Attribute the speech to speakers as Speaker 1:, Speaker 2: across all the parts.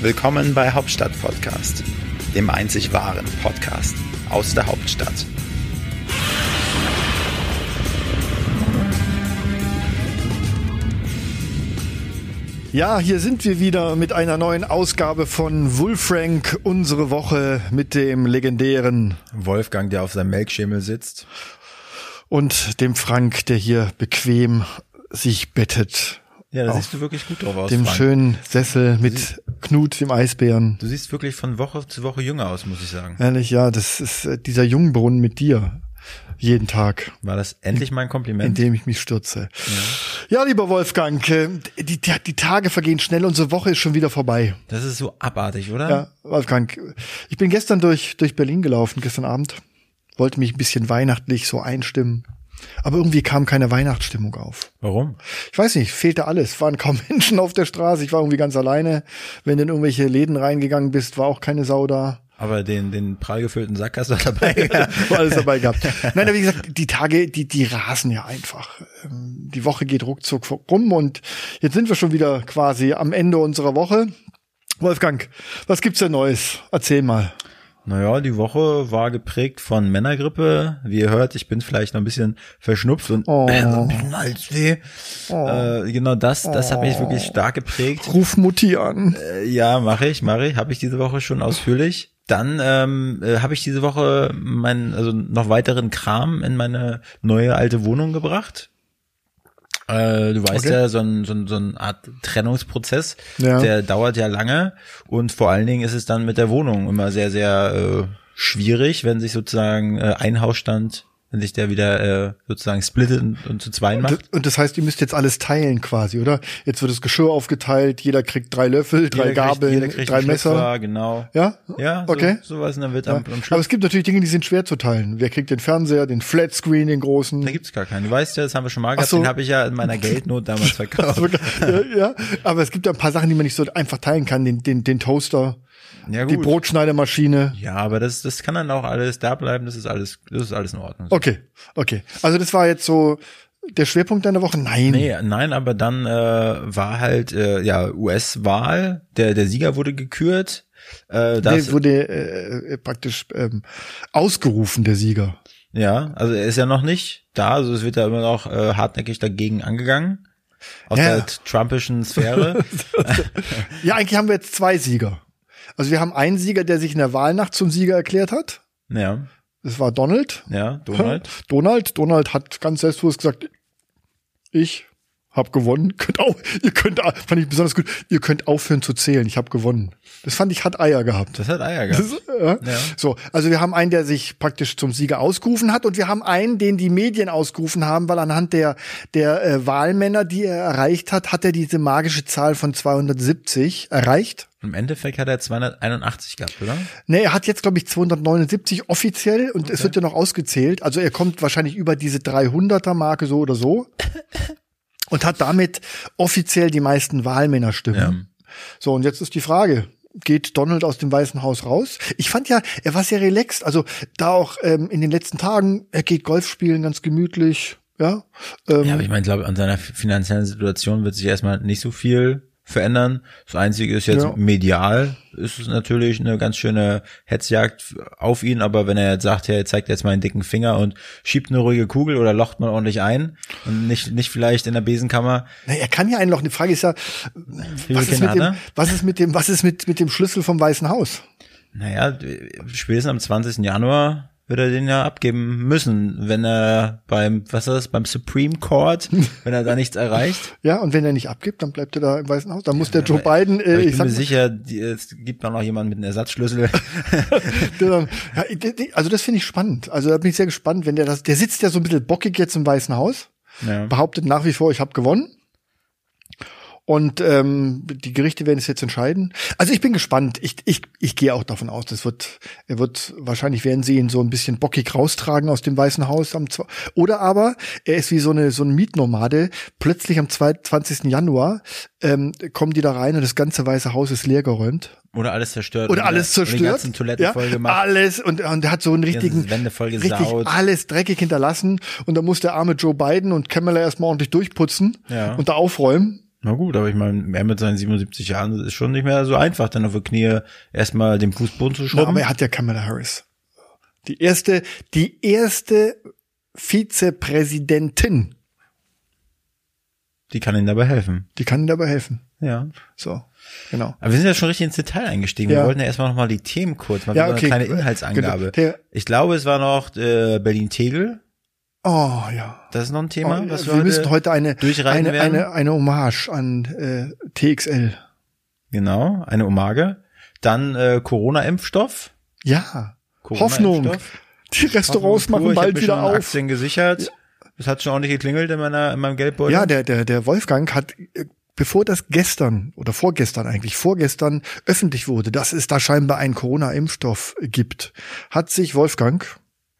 Speaker 1: Willkommen bei Hauptstadt Podcast, dem einzig wahren Podcast aus der Hauptstadt.
Speaker 2: Ja, hier sind wir wieder mit einer neuen Ausgabe von Wulfrank, unsere Woche mit dem legendären
Speaker 3: Wolfgang, der auf seinem Melkschemel sitzt.
Speaker 2: und dem Frank, der hier bequem sich bettet.
Speaker 3: Ja, da
Speaker 2: Auf
Speaker 3: siehst du wirklich gut drauf aus.
Speaker 2: Dem
Speaker 3: Frank.
Speaker 2: schönen Sessel mit Knut, dem Eisbären.
Speaker 3: Du siehst wirklich von Woche zu Woche jünger aus, muss ich sagen.
Speaker 2: Ehrlich, ja, das ist äh, dieser Jungbrunnen mit dir. Jeden Tag,
Speaker 3: War das endlich mein
Speaker 2: in
Speaker 3: Kompliment?
Speaker 2: dem ich mich stürze. Ja, lieber Wolfgang, äh, die, die, die Tage vergehen schnell, unsere Woche ist schon wieder vorbei.
Speaker 3: Das ist so abartig, oder?
Speaker 2: Ja, Wolfgang, ich bin gestern durch, durch Berlin gelaufen, gestern Abend. Wollte mich ein bisschen weihnachtlich so einstimmen. Aber irgendwie kam keine Weihnachtsstimmung auf.
Speaker 3: Warum?
Speaker 2: Ich weiß nicht, fehlte alles. Waren kaum Menschen auf der Straße. Ich war irgendwie ganz alleine. Wenn du in irgendwelche Läden reingegangen bist, war auch keine Sau da.
Speaker 3: Aber den, den prall gefüllten Sack hast du dabei.
Speaker 2: War alles dabei gehabt. Nein, aber wie gesagt, die Tage, die, die rasen ja einfach. Ähm, Die Woche geht ruckzuck rum und jetzt sind wir schon wieder quasi am Ende unserer Woche. Wolfgang, was gibt's denn Neues? Erzähl mal.
Speaker 3: Naja, die Woche war geprägt von Männergrippe. Wie ihr hört, ich bin vielleicht noch ein bisschen verschnupft und
Speaker 2: Oh.
Speaker 3: ein bisschen Halsweh. Äh, genau das, das hat mich wirklich stark geprägt.
Speaker 2: Ruf Mutti an.
Speaker 3: Äh, ja, mache ich, mache ich. Habe ich diese Woche schon ausführlich. Dann ähm, äh, habe ich diese Woche meinen, also noch weiteren Kram in meine neue alte Wohnung gebracht. Äh, du weißt
Speaker 2: Okay.
Speaker 3: ja, so ein, so, ein, so eine Art Trennungsprozess,
Speaker 2: Ja.
Speaker 3: der dauert ja lange und vor allen Dingen ist es dann mit der Wohnung immer sehr, sehr äh, schwierig, wenn sich sozusagen äh, ein Hausstand, wenn sich der wieder äh, sozusagen splittet und, und zu zweien macht.
Speaker 2: Und das heißt, ihr müsst jetzt alles teilen quasi, oder? Jetzt wird das Geschirr aufgeteilt, jeder kriegt drei Löffel, drei
Speaker 3: Jeder kriegt-
Speaker 2: Gabeln,
Speaker 3: jeder kriegt
Speaker 2: drei
Speaker 3: einen
Speaker 2: Messer.
Speaker 3: Schlüpfer, genau.
Speaker 2: Ja?
Speaker 3: Ja, so,
Speaker 2: Okay.
Speaker 3: sowas und dann wird
Speaker 2: Ja. Also
Speaker 3: am, am
Speaker 2: Aber es gibt natürlich Dinge, die sind schwer zu teilen. Wer kriegt den Fernseher, den Flatscreen, den großen?
Speaker 3: Da gibt's gar keinen. Du weißt ja, das haben wir schon mal gehabt.
Speaker 2: so.
Speaker 3: Den habe ich ja in meiner Geldnot damals verkauft.
Speaker 2: ja, Also ja, aber es gibt ja ein paar Sachen, die man nicht so einfach teilen kann. Den, den, den Toaster,
Speaker 3: Ja,
Speaker 2: die
Speaker 3: gut.
Speaker 2: Brotschneidermaschine.
Speaker 3: Ja, aber das, das kann dann auch alles da bleiben. Das ist alles, das ist alles in Ordnung.
Speaker 2: Okay, okay. Also das war jetzt so der Schwerpunkt deiner Woche? Nein.
Speaker 3: Nee, nein, aber dann äh, war halt äh, ja US-Wahl. Der der Sieger wurde gekürt. Äh, das,
Speaker 2: Der wurde äh, äh, praktisch ähm, ausgerufen, der Sieger.
Speaker 3: ja, also er ist ja noch nicht da. Also es wird ja immer noch äh, hartnäckig dagegen angegangen aus
Speaker 2: Ja.
Speaker 3: der trumpischen Sphäre.
Speaker 2: Ja, eigentlich haben wir jetzt zwei Sieger. Also wir haben einen Sieger, der sich in der Wahlnacht zum Sieger erklärt hat.
Speaker 3: ja,
Speaker 2: Das war Donald.
Speaker 3: ja, Donald.
Speaker 2: Donald. Donald hat ganz selbstbewusst gesagt, ich hab gewonnen. Könnt auch, ihr könnt, fand ich besonders gut, ihr könnt aufhören zu zählen. Ich habe gewonnen. Das fand ich, hat Eier gehabt.
Speaker 3: Das hat Eier gehabt.
Speaker 2: Das, äh, So, also wir haben einen, der sich praktisch zum Sieger ausgerufen hat und wir haben einen, den die Medien ausgerufen haben, weil anhand der, der äh, Wahlmänner, die er erreicht hat, hat er diese magische Zahl von 270 erreicht.
Speaker 3: Im Endeffekt hat er 281 gehabt, oder?
Speaker 2: Nee, Ne, er hat jetzt, glaube ich, 279 offiziell und es wird ja noch ausgezählt. Also er kommt wahrscheinlich über diese 300er-Marke so oder so und hat damit offiziell die meisten Wahlmännerstimmen. So, und jetzt ist die Frage. Geht Donald aus dem Weißen Haus raus? Ich fand ja, er war sehr relaxed. Also da auch ähm, in den letzten Tagen, er geht Golf spielen, ganz gemütlich. Ja, ähm,
Speaker 3: Ja, aber ich meine, glaube an seiner finanziellen Situation wird sich erstmal nicht so viel verändern. Das Einzige ist jetzt
Speaker 2: Ja.
Speaker 3: medial ist es natürlich eine ganz schöne Hetzjagd auf ihn, aber wenn er jetzt sagt, ja, er zeigt jetzt mal einen dicken Finger und schiebt eine ruhige Kugel oder locht mal ordentlich ein und nicht nicht vielleicht in der Besenkammer.
Speaker 2: na, ne, er kann ja einlochen. Die Frage ist ja,
Speaker 3: viele
Speaker 2: was ist,
Speaker 3: Kinder
Speaker 2: mit
Speaker 3: hat
Speaker 2: dem,
Speaker 3: er?
Speaker 2: was ist mit dem, was ist mit, mit dem Schlüssel vom Weißen Haus?
Speaker 3: Naja, spätestens am 20. Januar wird er den ja abgeben müssen, wenn er beim, was ist das, beim Supreme Court, wenn er da nichts erreicht.
Speaker 2: Ja, und wenn er nicht abgibt, dann bleibt er da im Weißen Haus. Dann muss der Joe
Speaker 3: Aber-
Speaker 2: Biden,
Speaker 3: aber
Speaker 2: äh,
Speaker 3: ich,
Speaker 2: ich
Speaker 3: bin
Speaker 2: sag,
Speaker 3: mir sicher, die, es gibt auch noch jemanden mit einem Ersatzschlüssel.
Speaker 2: der dann, ja, die- die- also das finde ich spannend. Also da bin ich sehr gespannt, wenn der das, der sitzt ja so ein bisschen bockig jetzt im Weißen Haus,
Speaker 3: ja.
Speaker 2: behauptet nach wie vor, ich habe gewonnen. Und ähm, die Gerichte werden es jetzt entscheiden. Also ich bin gespannt. Ich, ich, ich gehe auch davon aus, das wird, er wird, wahrscheinlich werden sie ihn so ein bisschen bockig raustragen aus dem Weißen Haus am zwe- Oder aber er ist wie so eine so ein Mietnomade. Plötzlich am 20. Januar ähm, kommen die da rein und das ganze Weiße Haus ist leergeräumt.
Speaker 3: Oder alles zerstört.
Speaker 2: Oder alles
Speaker 3: Und Die
Speaker 2: zerstört.
Speaker 3: ganzen Toiletten
Speaker 2: ja, Ah.
Speaker 3: voll gemacht.
Speaker 2: Alles und, und er hat so einen richtigen
Speaker 3: Wände voll
Speaker 2: richtig
Speaker 3: gesaut.
Speaker 2: alles dreckig hinterlassen und da muss der arme Joe Biden und Kamala erstmal ordentlich durchputzen
Speaker 3: Ja.
Speaker 2: und da aufräumen.
Speaker 3: Na gut, aber ich meine, er mit seinen 77 Jahren das ist schon nicht mehr so einfach, dann auf die Knie erstmal den Fußboden zu
Speaker 2: Na, aber
Speaker 3: schrauben.
Speaker 2: er hat ja Kamala Harris. Die erste, die erste Vizepräsidentin,
Speaker 3: Die kann ihm dabei helfen.
Speaker 2: die kann ihm dabei helfen.
Speaker 3: Ja.
Speaker 2: So, genau.
Speaker 3: Aber wir sind ja schon richtig ins Detail eingestiegen.
Speaker 2: Ja.
Speaker 3: Wir wollten ja erstmal nochmal die Themen kurz, mal
Speaker 2: Ja,
Speaker 3: wieder
Speaker 2: okay.
Speaker 3: eine kleine Inhaltsangabe.
Speaker 2: Genau. Der-
Speaker 3: Ich glaube, es war noch äh, Berlin-Tegel.
Speaker 2: Oh ja.
Speaker 3: Das ist noch ein
Speaker 2: Oh,
Speaker 3: Thema, was
Speaker 2: wir müssen heute eine,
Speaker 3: durchreiten
Speaker 2: eine,
Speaker 3: werden.
Speaker 2: eine, eine Hommage an äh, TXL.
Speaker 3: Genau, eine Omage. Dann äh, Corona-Impfstoff.
Speaker 2: Ja.
Speaker 3: Corona-Impfstoff.
Speaker 2: Hoffnung. Die Restaurants
Speaker 3: Hoffnung pur.
Speaker 2: machen
Speaker 3: Ich hab
Speaker 2: bald
Speaker 3: mir
Speaker 2: wieder
Speaker 3: schon
Speaker 2: auf.
Speaker 3: Aktien gesichert. Es hat schon ordentlich geklingelt in, meiner, in meinem Geldbeutel.
Speaker 2: Ja, der, der, der Wolfgang hat, äh, bevor das gestern oder vorgestern eigentlich, vorgestern öffentlich wurde, dass es da scheinbar einen Corona-Impfstoff gibt, hat sich Wolfgang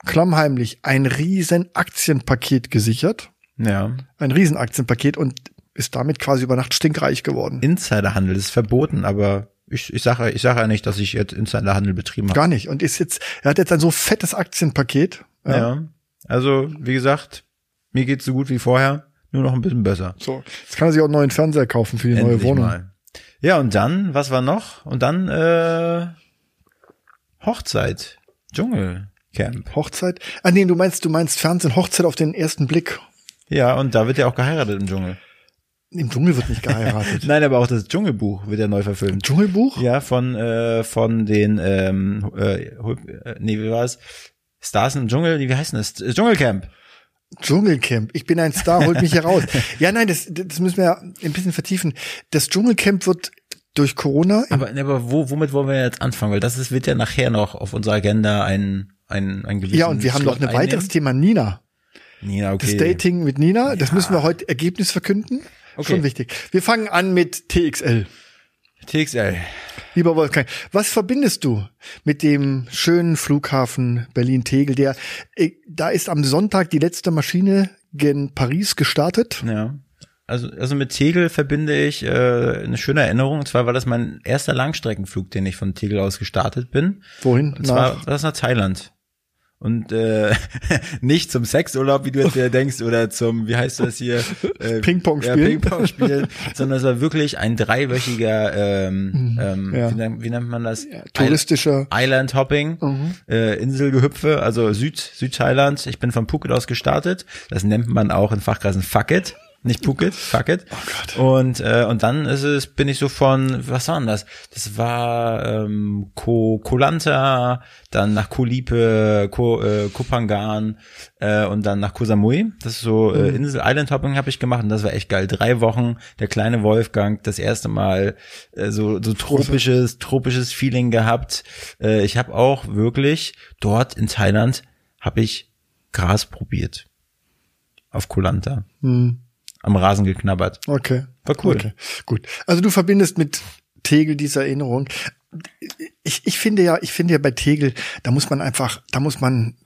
Speaker 2: klammheimlich ein riesen Aktienpaket gesichert.
Speaker 3: ja.
Speaker 2: Ein riesen Aktienpaket und ist damit quasi über Nacht stinkreich geworden.
Speaker 3: Insiderhandel ist verboten, aber ich, ich sage ich sage ja nicht, dass ich jetzt Insiderhandel betrieben habe.
Speaker 2: Gar nicht. Und ist jetzt, er hat jetzt ein so fettes Aktienpaket.
Speaker 3: Ja. Also, wie gesagt, mir geht's so gut wie vorher, nur noch ein bisschen besser.
Speaker 2: So. Jetzt kann er sich auch einen neuen Fernseher kaufen für die neue
Speaker 3: Endlich
Speaker 2: Wohnung.
Speaker 3: mal. Ja, und dann, was war noch? Und dann äh, Hochzeit, Dschungelcamp.
Speaker 2: Hochzeit? Ah, nee, du meinst, du meinst Fernsehen, Hochzeit auf den ersten Blick.
Speaker 3: Ja, und da wird ja auch geheiratet im Dschungel.
Speaker 2: Im Dschungel wird nicht geheiratet.
Speaker 3: Nein, aber auch das Dschungelbuch wird ja neu verfilmt.
Speaker 2: Dschungelbuch?
Speaker 3: Ja, von äh, von den ähm, äh, Hol- äh, nee, wie war es? Stars im Dschungel, wie heißt denn das? Dschungelcamp.
Speaker 2: Dschungelcamp. Ich bin ein Star, holt mich hier raus. Ja, nein, das, das müssen wir ja ein bisschen vertiefen. Das Dschungelcamp wird durch Corona. im-
Speaker 3: Aber, ne, aber wo, womit wollen wir jetzt anfangen? Weil das ist, wird ja nachher noch auf unserer Agenda ein ein ein gewissen
Speaker 2: ja, und wir haben noch
Speaker 3: Slot
Speaker 2: ein weiteres
Speaker 3: einnehmen.
Speaker 2: Thema, Nina.
Speaker 3: Nina, okay.
Speaker 2: Das Dating mit Nina, das müssen wir heute Ergebnis verkünden.
Speaker 3: Okay.
Speaker 2: Schon wichtig. Wir fangen an mit TXL.
Speaker 3: TXL.
Speaker 2: Lieber Wolfgang, was verbindest du mit dem schönen Flughafen Berlin-Tegel, der, äh, da ist am Sonntag die letzte Maschine gen Paris gestartet?
Speaker 3: Ja. Also, also mit Tegel verbinde ich äh, eine schöne Erinnerung. Und zwar war das mein erster Langstreckenflug, den ich von Tegel aus gestartet bin.
Speaker 2: Wohin?
Speaker 3: Und zwar
Speaker 2: Nach-
Speaker 3: war das nach Thailand. Und äh, nicht zum Sexurlaub, wie du jetzt ja denkst, oder zum, wie heißt das hier? Äh,
Speaker 2: Ping-Pong-Spielen.
Speaker 3: Ja, Ping-Pong-Spielen. sondern es war wirklich ein dreiwöchiger, ähm, ähm,
Speaker 2: Mhm. ja.
Speaker 3: wie, nennt, wie nennt man das? Ja,
Speaker 2: Touristischer.
Speaker 3: Island Hopping, äh, Inselgehüpfe, also Süd, Südthailand. Ich bin von Phuket aus gestartet. Das nennt man auch in Fachkreisen Phuket. Nicht Phuket, Phuket. Oh Gott. Und, äh, und dann ist es, bin ich so von, was war denn das? Das war ähm, Ko Kolanta, dann nach Kolipe, Ko, äh, Kopangan äh, und dann nach Koh Samui. Das ist so äh, Insel Island Hopping habe ich gemacht und das war echt geil. Drei Wochen, der kleine Wolfgang, das erste Mal äh, so, so tropisches, tropisches Feeling gehabt. Äh, ich habe auch wirklich dort in Thailand habe ich Gras probiert. Auf Kolanta.
Speaker 2: hm.
Speaker 3: Am Rasen geknabbert.
Speaker 2: Okay.
Speaker 3: War cool.
Speaker 2: Okay. Gut. Also du verbindest mit Tegel diese Erinnerung. Ich, ich finde ja, ich finde ja bei Tegel, da muss man einfach, da muss man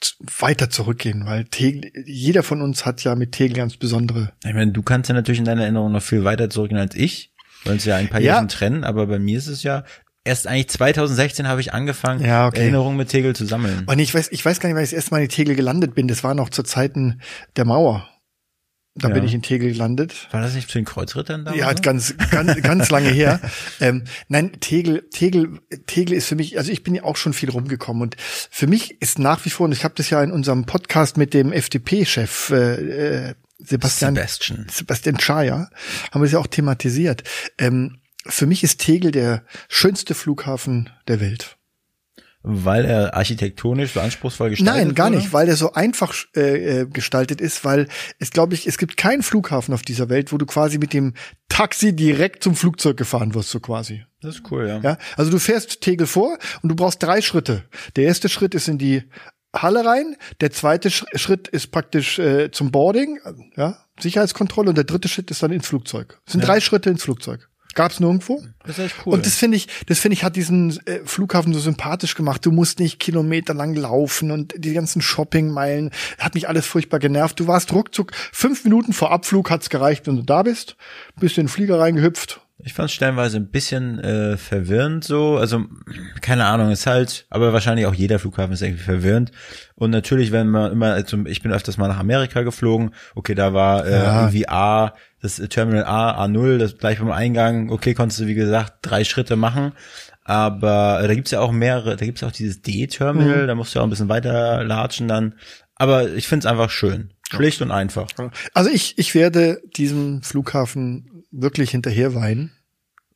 Speaker 2: z- weiter zurückgehen, weil Tegel, jeder von uns hat ja mit Tegel ganz besondere.
Speaker 3: Ich meine, du kannst ja natürlich in deiner Erinnerung noch viel weiter zurückgehen als ich, weil uns ja ein paar
Speaker 2: Ja.
Speaker 3: Jahre trennen, aber bei mir ist es ja erst eigentlich 2016 habe ich angefangen,
Speaker 2: Ja, okay.
Speaker 3: Erinnerungen mit Tegel zu sammeln.
Speaker 2: Und Ah, ich weiß, ich weiß gar nicht, weil ich das erste Mal in Tegel gelandet bin. Das war noch zu Zeiten der Mauer. Da
Speaker 3: Ja.
Speaker 2: bin ich in Tegel gelandet.
Speaker 3: War das nicht zu den Kreuzrittern damals?
Speaker 2: Ja,
Speaker 3: noch?
Speaker 2: hat ganz, ganz, ganz lange her. Ähm, nein, Tegel, Tegel, Tegel ist für mich, also ich bin ja auch schon viel rumgekommen und für mich ist nach wie vor, und ich habe das ja in unserem Podcast mit dem FDP-Chef äh, äh, Sebastian
Speaker 3: Sebastian.
Speaker 2: Sebastian Schaja, haben wir es ja auch thematisiert. Ähm, für mich ist Tegel der schönste Flughafen der Welt.
Speaker 3: Weil er architektonisch so anspruchsvoll gestaltet
Speaker 2: Nein, gar
Speaker 3: wurde?
Speaker 2: nicht, weil der so einfach äh, äh, gestaltet ist, weil es glaube ich, es gibt keinen Flughafen auf dieser Welt, wo du quasi mit dem Taxi direkt zum Flugzeug gefahren wirst, so quasi.
Speaker 3: Das ist cool, ja.
Speaker 2: Ja, also du fährst Tegel vor und du brauchst drei Schritte. Der erste Schritt ist in die Halle rein, der zweite Sch- Schritt ist praktisch äh, zum Boarding, äh, ja, Sicherheitskontrolle und der dritte Schritt ist dann ins Flugzeug. Es sind drei Schritte ins Flugzeug. Gab's nirgendwo?
Speaker 3: Das ist echt cool.
Speaker 2: Und das finde ich, das finde ich hat diesen äh, Flughafen so sympathisch gemacht. Du musst nicht kilometerlang laufen und die ganzen Shoppingmeilen. Hat mich alles furchtbar genervt. Du warst ruckzuck fünf Minuten vor Abflug hat's gereicht, wenn du da bist. Bist in den Flieger reingehüpft,
Speaker 3: Ich fand es stellenweise ein bisschen äh, verwirrend so. Also, keine Ahnung, ist halt, aber wahrscheinlich auch jeder Flughafen ist irgendwie verwirrend. Und natürlich, wenn man immer, also ich bin öfters mal nach Amerika geflogen, okay, da war äh,
Speaker 2: Ja.
Speaker 3: irgendwie A, das Terminal A, A0, das gleich beim Eingang, okay, konntest du, wie gesagt, drei Schritte machen. Aber äh, da gibt's ja auch mehrere, da gibt's auch dieses D-Terminal, da musst du ja auch ein bisschen weiter latschen dann. Aber ich find's einfach schön. Schlicht und einfach.
Speaker 2: Also ich, ich werde diesem Flughafen wirklich hinterherweinen.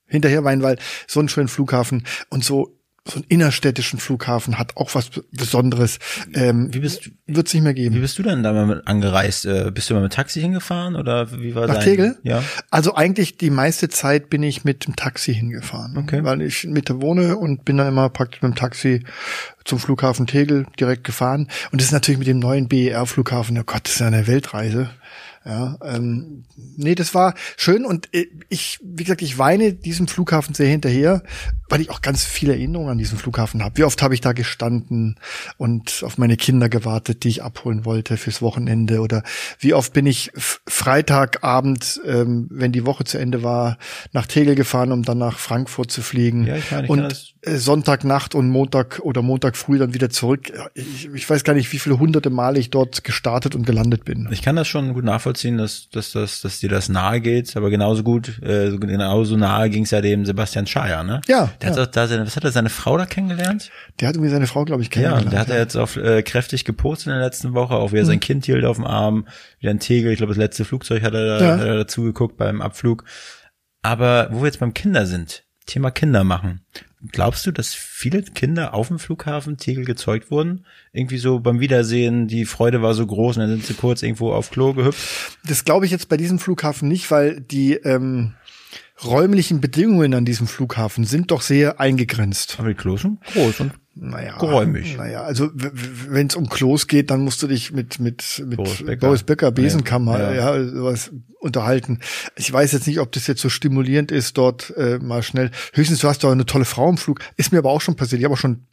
Speaker 2: Hinterherweinen, weil so einen schönen Flughafen und so, so einen innerstädtischen Flughafen hat auch was B- Besonderes. Ähm,
Speaker 3: Wie bist du,
Speaker 2: Wird es nicht mehr
Speaker 3: Wie
Speaker 2: geben.
Speaker 3: bist du denn da mal mit angereist? Äh, Bist du mal mit Taxi hingefahren oder wie war
Speaker 2: Nach
Speaker 3: dein?
Speaker 2: Tegel?
Speaker 3: Ja.
Speaker 2: Also eigentlich die meiste Zeit bin ich mit dem Taxi hingefahren.
Speaker 3: Okay.
Speaker 2: Weil ich in Mitte wohne und bin dann immer praktisch mit dem Taxi zum Flughafen Tegel direkt gefahren. Und das ist natürlich mit dem neuen BER-Flughafen, oh Gott, das ist ja eine Weltreise. Ja, ähm, nee, das war schön und äh, ich, wie gesagt, ich weine diesem Flughafen sehr hinterher, weil ich auch ganz viele Erinnerungen an diesen Flughafen habe. Wie oft habe ich da gestanden und auf meine Kinder gewartet, die ich abholen wollte fürs Wochenende oder wie oft bin ich f- Freitagabend, ähm, wenn die Woche zu Ende war, nach Tegel gefahren, um dann nach Frankfurt zu fliegen
Speaker 3: Ja, ich meine, ich kann das-
Speaker 2: und äh, Sonntagnacht und Montag oder Montag früh dann wieder zurück. Ich, ich weiß gar nicht, wie viele hunderte Male ich dort gestartet und gelandet bin.
Speaker 3: Ich kann das schon gut nachvollziehen, dass, dass, dass, dass dir das nahe geht, aber genauso gut, äh, genauso nahe ging es ja dem Sebastian Schaja, ne?
Speaker 2: Ja,
Speaker 3: Der
Speaker 2: ja.
Speaker 3: Hat auch da seine, was hat er seine Frau da kennengelernt?
Speaker 2: Der hat irgendwie seine Frau, glaube ich,
Speaker 3: Ja,
Speaker 2: kennengelernt.
Speaker 3: und der hat er jetzt auch äh, kräftig gepostet in der letzten Woche, auch wie er
Speaker 2: Hm.
Speaker 3: sein Kind hielt auf dem Arm, wieder ein Tegel, ich glaube, das letzte Flugzeug hat er, da,
Speaker 2: Ja.
Speaker 3: hat er dazu geguckt beim Abflug. Aber wo wir jetzt beim Kinder sind, Thema Kinder machen. Glaubst du, dass viele Kinder auf dem Flughafen Tegel gezeugt wurden? Irgendwie so beim Wiedersehen, die Freude war so groß und dann sind sie kurz irgendwo auf Klo gehüpft.
Speaker 2: Das glaube ich jetzt bei diesem Flughafen nicht, weil die ähm, räumlichen Bedingungen an diesem Flughafen sind doch sehr eingegrenzt.
Speaker 3: Aber die Klos sind groß und
Speaker 2: Naja,
Speaker 3: geräumig.
Speaker 2: Naja, also wenn es um Klos geht, dann musst du dich mit mit mit
Speaker 3: Boris
Speaker 2: Boris Becker,
Speaker 3: Becker.
Speaker 2: Besenkammer,
Speaker 3: Ja,
Speaker 2: ja, sowas unterhalten. Ich weiß jetzt nicht, ob das jetzt so stimulierend ist dort äh, mal schnell. Höchstens du hast doch eine tolle Frau im Flug. Ist mir aber auch schon passiert. Ich habe auch schon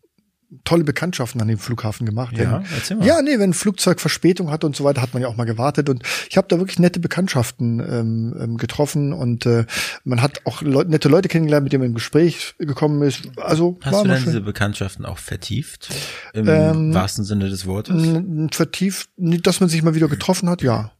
Speaker 2: tolle Bekanntschaften an dem Flughafen gemacht.
Speaker 3: Ja,
Speaker 2: Denn-
Speaker 3: erzähl mal.
Speaker 2: Ja, nee, wenn ein Flugzeug Verspätung hat und so weiter, hat man ja auch mal gewartet. Und ich habe da wirklich nette Bekanntschaften ähm, ähm, getroffen und äh, man hat auch Leu nette Leute kennengelernt, mit denen man im Gespräch gekommen ist. Also
Speaker 3: Hast
Speaker 2: war
Speaker 3: du
Speaker 2: mal
Speaker 3: denn
Speaker 2: schön.
Speaker 3: diese Bekanntschaften auch vertieft? Im
Speaker 2: Ähm,
Speaker 3: wahrsten Sinne des Wortes?
Speaker 2: N- vertieft, nicht, dass man sich mal wieder getroffen hat, ja.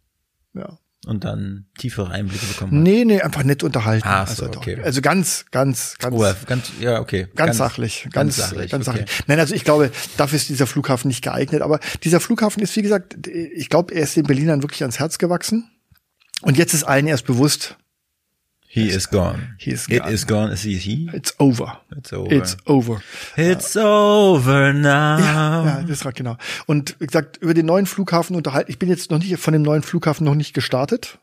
Speaker 2: Ja.
Speaker 3: Und dann tiefere Einblicke bekommen?
Speaker 2: Nee, nee, einfach nett unterhalten.
Speaker 3: Ach so,
Speaker 2: doch.
Speaker 3: okay.
Speaker 2: also ganz, ganz, ganz.
Speaker 3: Oh, ganz, ja, okay.
Speaker 2: Ganz, sachlich, ganz, ganz sachlich.
Speaker 3: okay.
Speaker 2: Nein, also ich glaube, dafür ist dieser Flughafen nicht geeignet. Aber dieser Flughafen ist, wie gesagt, ich glaube, er ist den Berlinern wirklich ans Herz gewachsen. Und jetzt ist allen erst bewusst,
Speaker 3: He is gone.
Speaker 2: He is
Speaker 3: It
Speaker 2: gone.
Speaker 3: is gone. Is he he?
Speaker 2: it's over.
Speaker 3: It's over.
Speaker 2: It's over.
Speaker 3: It's over now.
Speaker 2: Ja, ja, das war genau. Und wie gesagt, über den neuen Flughafen unterhalten. Ich bin jetzt noch nicht von dem neuen Flughafen noch nicht gestartet.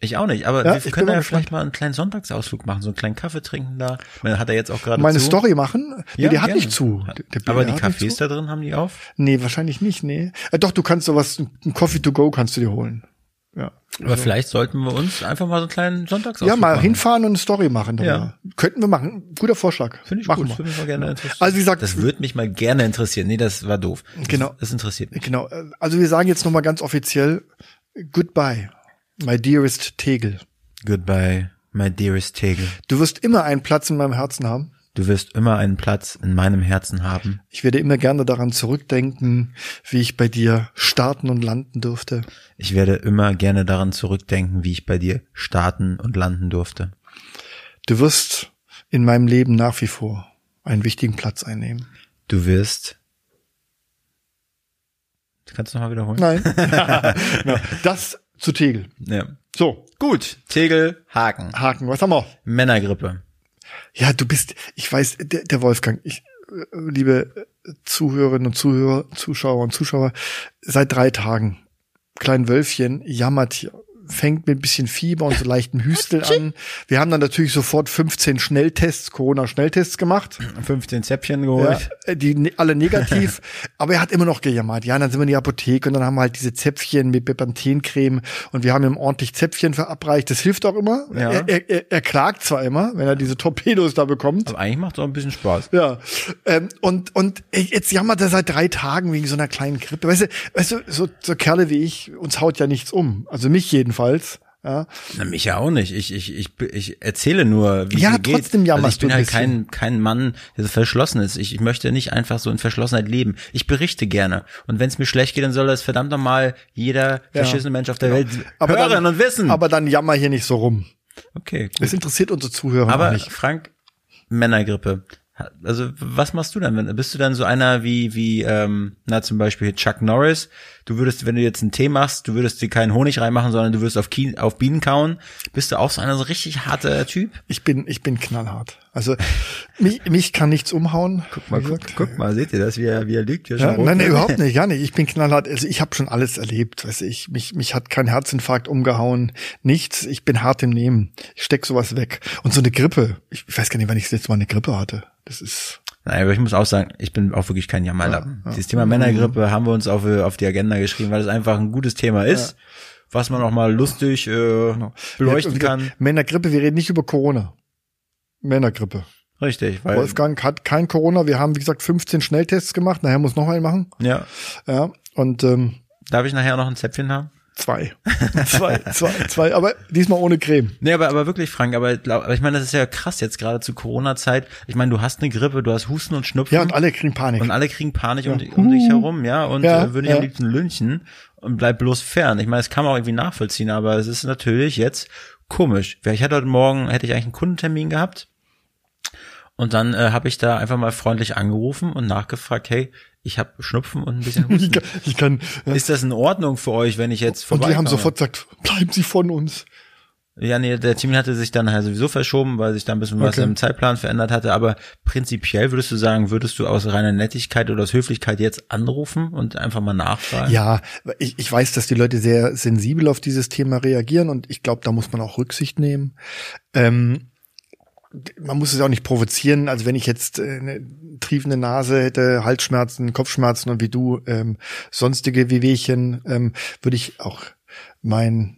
Speaker 3: Ich auch nicht, aber
Speaker 2: Ja, ich
Speaker 3: wir
Speaker 2: bin
Speaker 3: können
Speaker 2: mal
Speaker 3: ja
Speaker 2: gespannt.
Speaker 3: vielleicht mal einen kleinen Sonntagsausflug machen, so einen kleinen Kaffee trinken da. Man hat er jetzt auch gerade
Speaker 2: Meine
Speaker 3: zu.
Speaker 2: Story machen. Nee,
Speaker 3: Ja,
Speaker 2: der hat
Speaker 3: gerne.
Speaker 2: nicht zu. Der- der
Speaker 3: aber
Speaker 2: BR
Speaker 3: die
Speaker 2: hat nicht
Speaker 3: Cafés
Speaker 2: zu.
Speaker 3: da drin haben die auf.
Speaker 2: Nee, wahrscheinlich nicht, nee. Äh, doch, du kannst sowas, ein Coffee to go kannst du dir holen. Ja.
Speaker 3: Aber vielleicht sollten wir uns einfach mal so einen kleinen Sonntagsausflug
Speaker 2: Also Ja, mal
Speaker 3: machen.
Speaker 2: hinfahren und eine Story machen. darüber. Könnten wir machen. Guter Vorschlag.
Speaker 3: Finde ich
Speaker 2: machen
Speaker 3: gut.
Speaker 2: wir.
Speaker 3: Würde mich mal gerne interessieren.
Speaker 2: Also wie gesagt-
Speaker 3: das würde mich mal gerne interessieren. Nee, das war doof. Das,
Speaker 2: Genau.
Speaker 3: Das interessiert mich.
Speaker 2: Genau. äh, Also wir sagen jetzt nochmal ganz offiziell, äh, goodbye, my dearest Tegel.
Speaker 3: Goodbye, my dearest Tegel.
Speaker 2: Du wirst immer einen Platz in meinem Herzen haben.
Speaker 3: Du wirst immer einen Platz in meinem Herzen haben.
Speaker 2: Ich werde immer gerne daran zurückdenken, wie ich bei dir starten und landen durfte.
Speaker 3: Ich werde immer gerne daran zurückdenken, wie ich bei dir starten und landen durfte.
Speaker 2: Du wirst in meinem Leben nach wie vor einen wichtigen Platz einnehmen.
Speaker 3: Du wirst. Kannst du nochmal wiederholen?
Speaker 2: Nein. Ja, das zu Tegel.
Speaker 3: Ja.
Speaker 2: So,
Speaker 3: Gut. Tegel, Haken.
Speaker 2: Haken, was haben wir?
Speaker 3: Männergrippe.
Speaker 2: Ja, du bist, ich weiß, der, der Wolfgang, ich, äh, liebe Zuhörerinnen und Zuhörer, Zuschauer und Zuschauer, seit drei Tagen, klein Wölfchen, jammert hier, fängt mit ein bisschen Fieber und so leichtem Hüstel an. Wir haben dann natürlich sofort 15 Schnelltests, Corona-Schnelltests gemacht.
Speaker 3: 15 Zäpfchen
Speaker 2: Ja,
Speaker 3: geholt.
Speaker 2: die ne- alle negativ, aber er hat immer noch gejammert. Ja, und dann sind wir in die Apotheke und dann haben wir halt diese Zäpfchen mit Bepantencreme und wir haben ihm ordentlich Zäpfchen verabreicht. Das hilft auch immer.
Speaker 3: Ja.
Speaker 2: Er, er, er, er klagt zwar immer, wenn er diese Torpedos da bekommt.
Speaker 3: Aber Also eigentlich macht es auch ein bisschen Spaß.
Speaker 2: Ja, ähm, und, und jetzt jammert er seit drei Tagen wegen so einer kleinen Grippe. Weißt du, weißt du so, so Kerle wie ich, uns haut ja nichts um. Also mich jedenfalls. Ja.
Speaker 3: Na, mich ja auch nicht. Ich, ich, ich, ich erzähle nur, wie
Speaker 2: Ja,
Speaker 3: es mir geht.
Speaker 2: trotzdem jammerst
Speaker 3: also ich bin
Speaker 2: du ein
Speaker 3: halt
Speaker 2: bisschen.
Speaker 3: kein, kein Mann, der so verschlossen ist. Ich, ich möchte nicht einfach so in Verschlossenheit leben. Ich berichte gerne. Und wenn es mir schlecht geht, dann soll das verdammt nochmal jeder verschissene Mensch auf der Welt hören
Speaker 2: Genau. dann,
Speaker 3: und wissen.
Speaker 2: Aber dann jammer hier nicht so rum.
Speaker 3: okay, gut.
Speaker 2: Es interessiert unsere Zuhörer auch
Speaker 3: Aber
Speaker 2: nicht.
Speaker 3: Frank, Männergrippe. Also was machst du dann? Wenn, bist du dann so einer wie wie ähm, na zum Beispiel Chuck Norris? Du würdest, wenn du jetzt einen Tee machst, du würdest dir keinen Honig reinmachen, sondern du würdest auf, Kien, auf Bienen kauen. Bist du auch so einer so richtig harter Typ?
Speaker 2: Ich bin, ich bin knallhart. Also mich, mich kann nichts umhauen. Guck
Speaker 3: Mal guck, guck mal, seht ihr das? Wie er, wie er lügt hier
Speaker 2: Ja,
Speaker 3: schon.
Speaker 2: nein, nein,
Speaker 3: rum?
Speaker 2: überhaupt nicht, gar nicht. Ich bin knallhart. Also ich habe schon alles erlebt, weiß ich. Mich, mich hat kein Herzinfarkt umgehauen, nichts. Ich bin hart im Nehmen. Ich steck sowas weg. Und so eine Grippe. Ich weiß gar nicht, wann ich das letzte Mal eine Grippe hatte. Das ist.
Speaker 3: Nein, aber ich muss auch sagen, ich bin auch wirklich kein Jammerlappen. Dieses Thema Männergrippe haben wir uns auf, äh, auf die Agenda geschrieben, weil es einfach ein gutes Thema ist, was man auch mal lustig äh,
Speaker 2: Genau.
Speaker 3: beleuchten
Speaker 2: Wir- wir-
Speaker 3: kann.
Speaker 2: Männergrippe. Wir reden nicht über Corona. Männergrippe.
Speaker 3: Richtig, weil
Speaker 2: Wolfgang hat kein Corona. Wir haben wie gesagt 15 Schnelltests gemacht. Nachher muss noch einen machen.
Speaker 3: ja,
Speaker 2: Ja. Und ähm,
Speaker 3: darf ich nachher noch ein Zäpfchen haben?
Speaker 2: zwei, zwei, zwei, zwei. Aber diesmal ohne Creme.
Speaker 3: Nee, aber, aber wirklich, Frank, aber, glaub- aber ich meine, das ist ja krass jetzt gerade zu Corona-Zeit. Ich meine, du hast eine Grippe, du hast Husten und Schnupfen.
Speaker 2: Ja, und alle kriegen Panik.
Speaker 3: Und alle kriegen Panik um, di- um dich herum, ja, und
Speaker 2: Ja,
Speaker 3: äh, würde ich
Speaker 2: ja.
Speaker 3: am liebsten lynchen und bleib bloß fern. Ich meine, das kann man auch irgendwie nachvollziehen, aber es ist natürlich jetzt komisch. Ich hatte heute Morgen, hätte ich eigentlich einen Kundentermin gehabt und dann äh, habe ich da einfach mal freundlich angerufen und nachgefragt, hey, ich habe Schnupfen und ein bisschen
Speaker 2: ich
Speaker 3: Husten.
Speaker 2: kann, ich kann ja.
Speaker 3: Ist das in Ordnung für euch, wenn ich jetzt
Speaker 2: Und
Speaker 3: vorbeikomme?
Speaker 2: die haben sofort gesagt, bleiben Sie von uns.
Speaker 3: Ja, nee, der Termin hatte sich dann halt sowieso verschoben, weil sich da ein bisschen was
Speaker 2: Okay.
Speaker 3: im Zeitplan verändert hatte. Aber prinzipiell würdest du sagen, würdest du aus reiner Nettigkeit oder aus Höflichkeit jetzt anrufen und einfach mal nachfragen?
Speaker 2: Ja, ich, ich weiß, dass die Leute sehr sensibel auf dieses Thema reagieren und ich glaube, da muss man auch Rücksicht nehmen. Ähm, d- man muss es auch nicht provozieren. Also wenn ich jetzt äh, eine triefende Nase hätte, Halsschmerzen, Kopfschmerzen und wie du ähm, sonstige Wehwehchen, ähm, würde ich auch meinen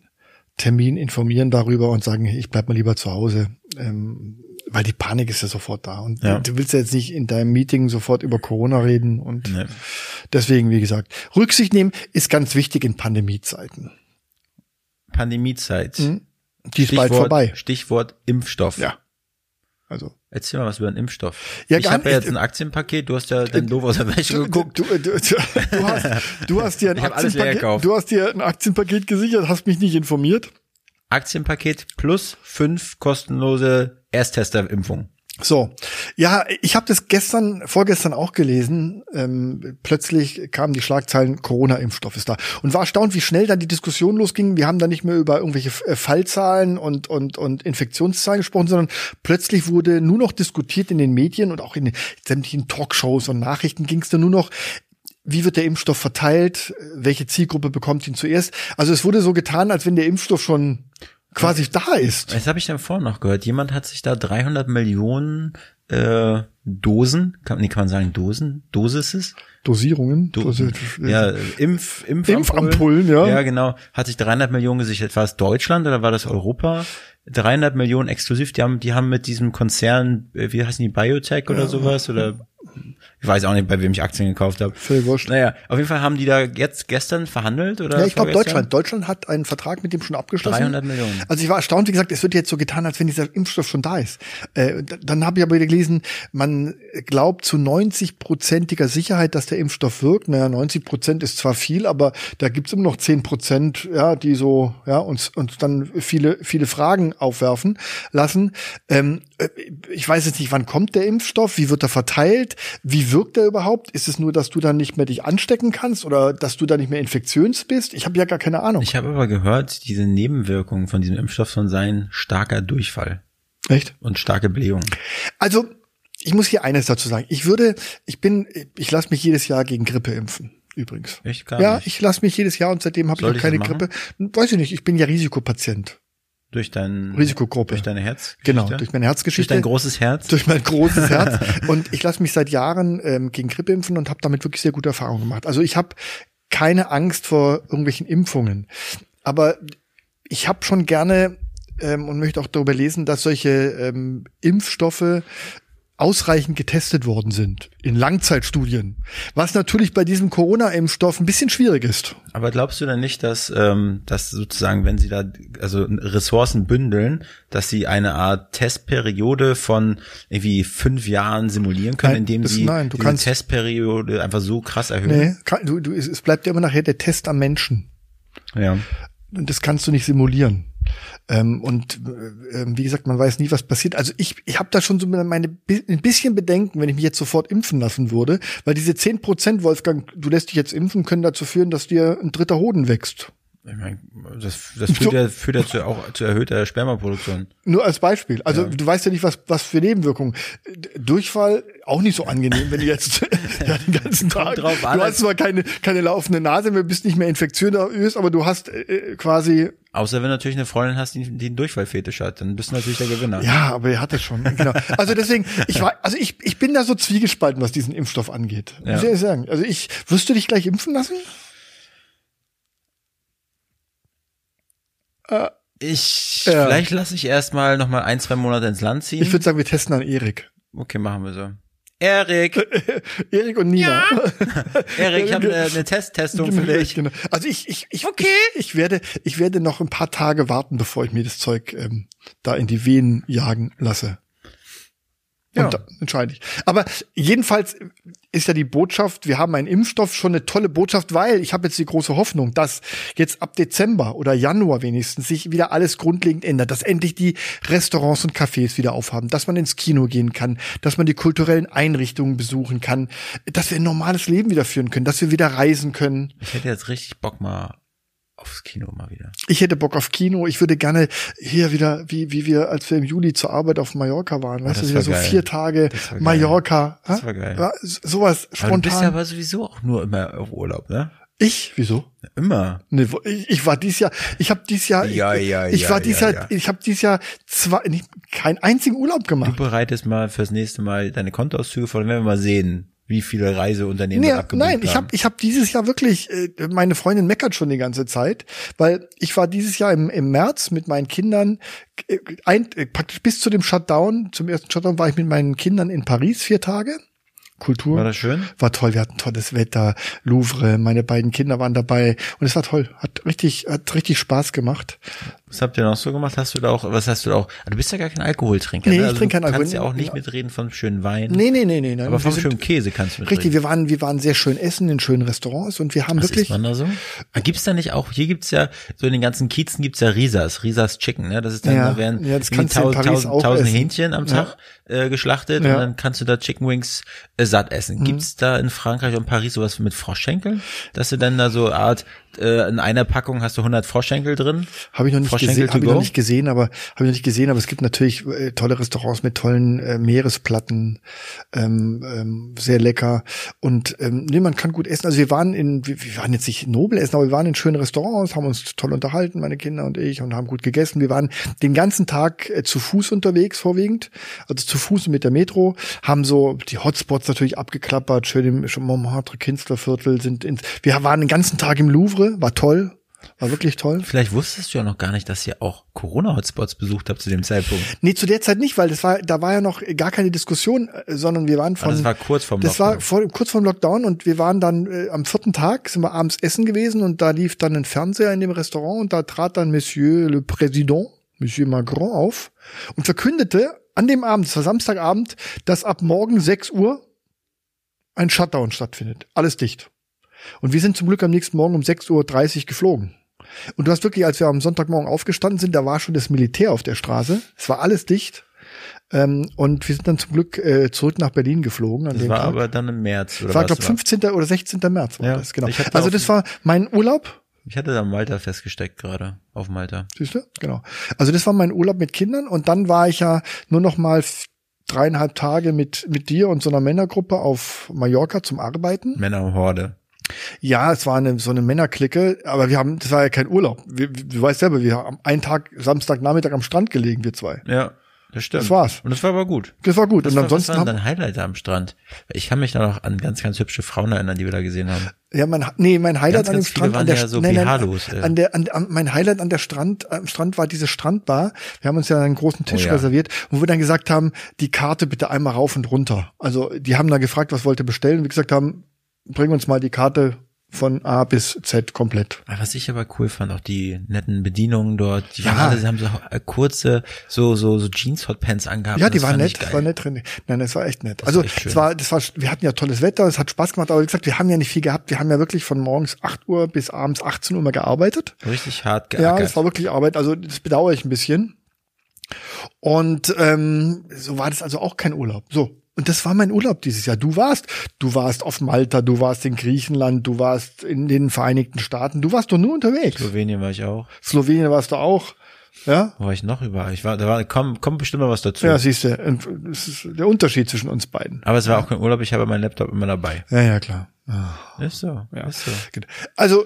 Speaker 2: Termin informieren darüber und sagen, ich bleib mal lieber zu Hause. Ähm, weil die Panik ist ja sofort da. Und
Speaker 3: Ja.
Speaker 2: du willst ja jetzt nicht in deinem Meeting sofort über Corona reden und
Speaker 3: Nee.
Speaker 2: Deswegen, wie gesagt, Rücksicht nehmen ist ganz wichtig in Pandemiezeiten. Hm?
Speaker 3: Pandemiezeit.
Speaker 2: Mhm. Die ist bald vorbei.
Speaker 3: Stichwort Impfstoff.
Speaker 2: Ja. Also.
Speaker 3: Erzähl mal was über den Impfstoff.
Speaker 2: Ja,
Speaker 3: ich
Speaker 2: gar
Speaker 3: habe ja
Speaker 2: nicht. Äh,
Speaker 3: jetzt ein Aktienpaket, du hast ja dann doof aus der Wäsche
Speaker 2: Du,
Speaker 3: geguckt.
Speaker 2: du, du, du, du, hast, du hast dir ein
Speaker 3: Ich hab alles leer
Speaker 2: Aktienpaket,
Speaker 3: gekauft.
Speaker 2: du hast dir ein Aktienpaket gesichert, hast mich nicht informiert.
Speaker 3: Aktienpaket plus fünf kostenlose Ersttesterimpfungen.
Speaker 2: So, ja, ich habe das gestern, vorgestern auch gelesen. Ähm, plötzlich kamen die Schlagzeilen, Corona-Impfstoff ist da. Und war erstaunt, wie schnell dann die Diskussion losging. Wir haben da nicht mehr über irgendwelche äh, Fallzahlen und, und, und Infektionszahlen gesprochen, sondern plötzlich wurde nur noch diskutiert in den Medien und auch in den sämtlichen Talkshows und Nachrichten ging es dann nur noch, wie wird der Impfstoff verteilt, welche Zielgruppe bekommt ihn zuerst. Also es wurde so getan, als wenn der Impfstoff schon quasi da ist.
Speaker 3: Das habe ich dann vorhin noch gehört. Jemand hat sich da 300 Millionen äh, Dosen, kann, nee, kann man sagen Dosen? Dosises?
Speaker 2: Dosierungen.
Speaker 3: Du,
Speaker 2: Dosi-
Speaker 3: ja, äh, Impf, Impf
Speaker 2: Impfampullen, ja.
Speaker 3: Ja, genau. Hat sich 300 Millionen gesichert. War es Deutschland oder war das Europa? 300 Millionen exklusiv. Die haben, die haben mit diesem Konzern, äh, wie heißen die, Biotech oder sowas? Oder ich weiß auch nicht, bei wem ich Aktien gekauft habe.
Speaker 2: Völlig wurscht.
Speaker 3: Naja, auf jeden Fall haben die da jetzt gestern verhandelt oder?
Speaker 2: Ja, ich glaube
Speaker 3: vorgestern?
Speaker 2: Deutschland. Deutschland hat einen Vertrag mit dem schon abgeschlossen.
Speaker 3: 300 Millionen.
Speaker 2: Also ich war erstaunt, wie gesagt, es wird jetzt so getan, als wenn dieser Impfstoff schon da ist. Äh, d- dann habe ich aber wieder gelesen, man glaubt zu 90-prozentiger Sicherheit, dass der Impfstoff wirkt. Naja, 90 Prozent ist zwar viel, aber da gibt's immer noch 10 Prozent, ja, die so, ja, uns, uns dann viele, viele Fragen aufwerfen lassen. Ähm, äh, ich weiß jetzt nicht, wann kommt der Impfstoff, wie wird er verteilt, wie wirkt er überhaupt? Ist es nur, dass du dann nicht mehr dich anstecken kannst oder dass du dann nicht mehr infektiös bist? Ich habe ja gar keine Ahnung.
Speaker 3: Ich habe aber gehört, diese Nebenwirkungen von diesem Impfstoff sollen sein starker Durchfall
Speaker 2: Echt?
Speaker 3: und starke Blähung.
Speaker 2: Also, ich muss hier eines dazu sagen. Ich würde, ich bin, ich lasse mich jedes Jahr gegen Grippe impfen. Übrigens.
Speaker 3: Echt gar
Speaker 2: Ja,
Speaker 3: nicht.
Speaker 2: ich lasse mich jedes Jahr und seitdem habe ich
Speaker 3: Soll
Speaker 2: noch
Speaker 3: ich
Speaker 2: keine
Speaker 3: das machen?
Speaker 2: Grippe. Weiß ich nicht, ich bin ja Risikopatient.
Speaker 3: Durch dein
Speaker 2: Risikogruppe.
Speaker 3: Durch deine Herz.
Speaker 2: Genau, durch meine
Speaker 3: Durch
Speaker 2: Herzgeschichte.
Speaker 3: dein großes Herz.
Speaker 2: durch mein großes Herz. Und ich lasse mich seit Jahren ähm, gegen Grippe impfen und habe damit wirklich sehr gute Erfahrungen gemacht. Also ich habe keine Angst vor irgendwelchen Impfungen. Aber ich habe schon gerne ähm, und möchte auch darüber lesen, dass solche ähm, Impfstoffe ausreichend getestet worden sind in Langzeitstudien. Was natürlich bei diesem Corona-Impfstoff ein bisschen schwierig ist.
Speaker 3: Aber glaubst du denn nicht, dass, ähm, dass sozusagen, wenn sie da also Ressourcen bündeln, dass sie eine Art Testperiode von irgendwie fünf Jahren simulieren können,
Speaker 2: Nein,
Speaker 3: indem
Speaker 2: das-
Speaker 3: sie
Speaker 2: nein, du
Speaker 3: diese
Speaker 2: kannst-
Speaker 3: Testperiode einfach so krass erhöhen?
Speaker 2: Nee, kann, du, du, es- es bleibt ja immer nachher der Test am Menschen.
Speaker 3: Ja.
Speaker 2: Und das kannst du nicht simulieren. Ähm, und äh, ähm, wie gesagt, man weiß nie, was passiert. Also ich, ich habe da schon so meine, bi- ein bisschen Bedenken, wenn ich mich jetzt sofort impfen lassen würde, weil diese 10 Prozent, Wolfgang, du lässt dich jetzt impfen, können dazu führen, dass dir ein dritter Hoden wächst.
Speaker 3: Ich meine, das, das führt
Speaker 2: So-
Speaker 3: ja, führt ja zu, auch zu erhöhter Spermaproduktion.
Speaker 2: Nur als Beispiel. Also du weißt ja nicht, was, was für Nebenwirkungen. D- Durchfall auch nicht so angenehm, wenn du jetzt ja, den ganzen Tag.
Speaker 3: drauf an,
Speaker 2: du
Speaker 3: als-
Speaker 2: hast zwar keine, keine laufende Nase mehr, bist nicht mehr infektiös, aber du hast äh, quasi
Speaker 3: Außer wenn du natürlich eine Freundin hast, die, die einen Durchfallfetisch hat, dann bist du natürlich der Gewinner.
Speaker 2: Ja, aber er hat es schon. Genau. Also deswegen, ich war, also ich, ich bin da so zwiegespalten, was diesen Impfstoff angeht.
Speaker 3: Ja.
Speaker 2: Muss ich ehrlich sagen. Also ich, wirst du dich gleich impfen lassen?
Speaker 3: Ich,
Speaker 2: Ja.
Speaker 3: vielleicht lasse ich erstmal noch mal ein, zwei Monate ins Land ziehen.
Speaker 2: Ich würde sagen, wir testen an Erik.
Speaker 3: okay, machen wir so. Erik,
Speaker 2: Erik und Nina.
Speaker 3: Erik, ich habe eine, eine Testtestung für dich.
Speaker 2: Genau. Also ich, ich, ich, ich, ich werde, ich werde noch ein paar Tage warten, bevor ich mir das Zeug ähm, da in die Venen jagen lasse.
Speaker 3: Ja.
Speaker 2: Und da entscheide ich. Aber jedenfalls ist ja die Botschaft, wir haben einen Impfstoff, schon eine tolle Botschaft, weil ich habe jetzt die große Hoffnung, dass jetzt ab Dezember oder Januar wenigstens sich wieder alles grundlegend ändert, dass endlich die Restaurants und Cafés wieder aufhaben, dass man ins Kino gehen kann, dass man die kulturellen Einrichtungen besuchen kann, dass wir ein normales Leben wieder führen können, dass wir wieder reisen können.
Speaker 3: Ich hätte jetzt richtig Bock mal aufs Kino mal wieder.
Speaker 2: Ich hätte Bock auf Kino. Ich würde gerne hier wieder, wie, wie wir, als wir im Juli zur Arbeit auf Mallorca waren, weißt
Speaker 3: Ah, das
Speaker 2: du, wieder
Speaker 3: war
Speaker 2: so
Speaker 3: geil.
Speaker 2: vier Tage
Speaker 3: Das war geil.
Speaker 2: Mallorca.
Speaker 3: Das
Speaker 2: hä?
Speaker 3: war geil.
Speaker 2: Ja, so- sowas
Speaker 3: Aber du
Speaker 2: spontan.
Speaker 3: bist ja aber sowieso auch nur immer auf Urlaub, ne?
Speaker 2: ich? Wieso?
Speaker 3: Immer.
Speaker 2: Nee, wo- ich, ich war dies Jahr, ich habe dies Jahr,
Speaker 3: Ja, ja,
Speaker 2: ich, ich
Speaker 3: ja,
Speaker 2: war dies
Speaker 3: ja,
Speaker 2: Jahr,
Speaker 3: ja.
Speaker 2: ich habe dies Jahr zwei, nicht, keinen einzigen Urlaub
Speaker 3: Du
Speaker 2: gemacht.
Speaker 3: bereitest mal fürs nächste Mal deine Kontoauszüge vor, dann werden wir mal sehen, wie viele Reiseunternehmen
Speaker 2: Nee,
Speaker 3: das abgebucht
Speaker 2: nein, ich
Speaker 3: haben.
Speaker 2: habe ich hab dieses Jahr wirklich, äh, meine Freundin meckert schon die ganze Zeit, weil ich war dieses Jahr im, im März mit meinen Kindern, äh, ein, äh, praktisch bis zu dem Shutdown, zum ersten Shutdown war ich mit meinen Kindern in Paris vier Tage. Kultur.
Speaker 3: War das schön?
Speaker 2: War toll, wir hatten tolles Wetter, Louvre, meine beiden Kinder waren dabei und es war toll, hat richtig, hat richtig Spaß gemacht.
Speaker 3: Was habt ihr noch so gemacht? Hast du da auch, was hast du da auch? Ah, Du bist ja gar kein Alkoholtrinker.
Speaker 2: Nee,
Speaker 3: ne?
Speaker 2: ich trinke
Speaker 3: du
Speaker 2: keinen
Speaker 3: kannst ja
Speaker 2: Alkohol.
Speaker 3: auch nicht mitreden vom schönen Wein.
Speaker 2: Nee, nee, nee, nee, nein.
Speaker 3: aber
Speaker 2: wir
Speaker 3: vom
Speaker 2: sind-
Speaker 3: schönen Käse kannst du mitreden.
Speaker 2: Richtig, wir waren, wir waren sehr schön essen in schönen Restaurants und wir haben
Speaker 3: Was isst
Speaker 2: wirklich.
Speaker 3: man da so? Ah, Gibt's da nicht auch, hier gibt's ja, so in den ganzen Kiezen gibt's ja Risas, Risas Chicken, ne? Das ist dann,
Speaker 2: Ja,
Speaker 3: da werden
Speaker 2: ja, das
Speaker 3: irgendwie
Speaker 2: kannst du in
Speaker 3: tausend,
Speaker 2: Paris
Speaker 3: tausend,
Speaker 2: auch
Speaker 3: tausend
Speaker 2: essen.
Speaker 3: Hähnchen am Tag äh, geschlachtet
Speaker 2: Ja. Mhm.
Speaker 3: und dann kannst du da Chicken Wings äh, satt essen. Gibt's da in Frankreich und Paris sowas mit Froschschenkeln? Dass du dann da so eine Art, äh, in einer Packung hast du 100 Froschschenkel drin?
Speaker 2: Habe ich noch nicht
Speaker 3: Froschschenkel
Speaker 2: gesehen,
Speaker 3: to
Speaker 2: habe ich noch
Speaker 3: go?
Speaker 2: nicht gesehen, aber habe ich noch nicht gesehen, aber es gibt natürlich äh, tolle Restaurants mit tollen äh, Meeresplatten, ähm, ähm, sehr lecker und ähm, nee, man kann gut essen. Also wir waren in, wir, wir waren jetzt nicht nobel essen, aber wir waren in schönen Restaurants, haben uns toll unterhalten, meine Kinder und ich und haben gut gegessen. Wir waren den ganzen Tag äh, zu Fuß unterwegs vorwiegend, also zu Fuß mit der Metro, haben so die Hotspots natürlich abgeklappert, schön im schon Montmartre Künstlerviertel sind ins, wir waren den ganzen Tag im Louvre, war toll, war wirklich toll.
Speaker 3: Vielleicht wusstest du ja noch gar nicht, dass ihr auch Corona-Hotspots besucht habt zu dem Zeitpunkt.
Speaker 2: Nee, zu der Zeit nicht, weil das war, da war ja noch gar keine Diskussion, äh, sondern wir waren
Speaker 3: Ah,
Speaker 2: von.
Speaker 3: das war kurz vorm
Speaker 2: das
Speaker 3: Lockdown.
Speaker 2: war vor, kurz vorm Lockdown und wir waren dann äh, am vierten Tag, sind wir abends essen gewesen und da lief dann ein Fernseher in dem Restaurant und da trat dann Monsieur le Président, Monsieur Macron auf und verkündete an dem Abend, es war Samstagabend, dass ab morgen 6 Uhr ein Shutdown stattfindet. Alles dicht. Und wir sind zum Glück am nächsten Morgen um 6.30 Uhr geflogen. Und du hast wirklich, als wir am Sonntagmorgen aufgestanden sind, da war schon das Militär auf der Straße. Es war alles dicht. Ähm, und wir sind dann zum Glück äh, zurück nach Berlin geflogen an
Speaker 3: Das
Speaker 2: dem
Speaker 3: war
Speaker 2: Tag.
Speaker 3: aber dann im März. Oder
Speaker 2: das war,
Speaker 3: was?
Speaker 2: glaube 15. oder 16. März war
Speaker 3: Ja,
Speaker 2: das, genau.
Speaker 3: ich hab da
Speaker 2: Also
Speaker 3: auf-
Speaker 2: das war mein Urlaub,
Speaker 3: Ich hatte da Malta festgesteckt gerade, auf Malta.
Speaker 2: siehst du? Genau. Also das war mein Urlaub mit Kindern und dann war ich ja nur noch mal f- dreieinhalb Tage mit, mit dir und so einer Männergruppe auf Mallorca zum Arbeiten.
Speaker 3: Männerhorde.
Speaker 2: Ja, es war eine, so eine Männerklicke, aber wir haben, das war ja kein Urlaub. Wir, wir- du weißt selber, wir haben einen Tag Samstagnachmittag am Strand gelegen, wir zwei.
Speaker 3: Ja. das stimmt.
Speaker 2: Das war's.
Speaker 3: Und das war aber gut.
Speaker 2: Das war gut.
Speaker 3: Das
Speaker 2: und
Speaker 3: war,
Speaker 2: ansonsten
Speaker 3: was waren
Speaker 2: haben,
Speaker 3: dann Highlighter am Strand? Ich kann mich da noch an ganz, ganz hübsche Frauen erinnern, die wir da gesehen haben.
Speaker 2: Ja, mein, nee, mein Highlight
Speaker 3: Ganz,
Speaker 2: an dem
Speaker 3: ganz viele
Speaker 2: Strand,
Speaker 3: waren
Speaker 2: an der,
Speaker 3: ja
Speaker 2: St-
Speaker 3: so
Speaker 2: nein, nein,
Speaker 3: BH-los, ey.
Speaker 2: an der, an, an, mein Highlight an der Strand, am Strand war diese Strandbar. Wir haben uns ja einen großen Tisch
Speaker 3: Oh ja.
Speaker 2: reserviert, wo wir dann gesagt haben, die Karte bitte einmal rauf und runter. Also, die haben dann gefragt, was wollt ihr bestellen? Wir gesagt haben, bring uns mal die Karte von A bis Z komplett.
Speaker 3: Aber Was ich aber cool fand, auch die netten Bedienungen dort, die
Speaker 2: Ja.
Speaker 3: haben alle, sie haben so äh, kurze, so, so, so Jeans-Hotpants angehabt.
Speaker 2: Ja, die
Speaker 3: Das
Speaker 2: waren
Speaker 3: fand ich
Speaker 2: nett,
Speaker 3: geil.
Speaker 2: war nett drin. Nein, das war echt nett.
Speaker 3: war
Speaker 2: also,
Speaker 3: echt schön.
Speaker 2: es war, das war, wir hatten ja tolles Wetter, es hat Spaß gemacht, aber wie gesagt, wir haben ja nicht viel gehabt. Wir haben ja wirklich von morgens 8 Uhr bis abends 18 Uhr mal gearbeitet.
Speaker 3: Richtig hart
Speaker 2: Ja,
Speaker 3: geackert.
Speaker 2: das war wirklich Arbeit. Also das bedauere ich ein bisschen. Und ähm, so war das also auch kein Urlaub. So. Und das war mein Urlaub dieses Jahr. Du warst, du warst auf Malta, du warst in Griechenland, du warst in den Vereinigten Staaten, du warst doch nur unterwegs.
Speaker 3: Slowenien war ich auch.
Speaker 2: Slowenien warst du auch. Ja?
Speaker 3: Wo war ich noch überall? Ich war, da war, komm, kommt bestimmt mal was dazu.
Speaker 2: Ja, siehst du, das ist der Unterschied zwischen uns beiden.
Speaker 3: aber es war auch kein Urlaub, ich habe meinen Laptop immer dabei.
Speaker 2: Ja, ja, klar. Ah.
Speaker 3: Ist so, ja. ist so.
Speaker 2: Genau. Also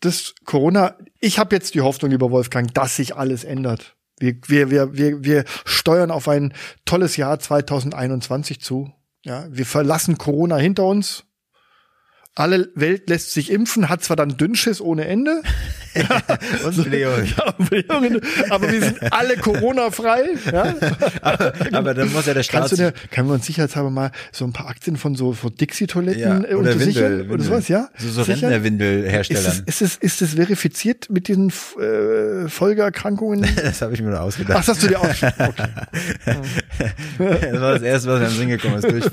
Speaker 2: das Corona, ich habe jetzt die Hoffnung, lieber Wolfgang, dass sich alles ändert. Wir, wir, wir, wir, wir steuern auf ein tolles Jahr 2021 zu. Ja, wir verlassen Corona hinter uns. Alle Welt lässt sich impfen, hat zwar dann Dünnschiss ohne Ende,
Speaker 3: Und Leon.
Speaker 2: aber wir sind alle Corona-frei. Ja?
Speaker 3: Aber dann muss ja der Staat
Speaker 2: Kannst du
Speaker 3: sich
Speaker 2: dir, können wir uns sicherheitshalber mal so ein paar Aktien von so, so Dixie-Toiletten
Speaker 3: Ja,
Speaker 2: äh,
Speaker 3: oder
Speaker 2: untersichern?
Speaker 3: Windel,
Speaker 2: oder
Speaker 3: Windel.
Speaker 2: sowas, ja?
Speaker 3: So, so
Speaker 2: Sichern? Ist
Speaker 3: Rentnerwindelherstellern.
Speaker 2: es, ist, es, ist es verifiziert mit diesen F- äh, Folgeerkrankungen?
Speaker 3: Das habe ich mir nur ausgedacht.
Speaker 2: Ach, das hast du dir auch. Okay.
Speaker 3: Das war das erste, was mir in den Sinn gekommen ist. Durch.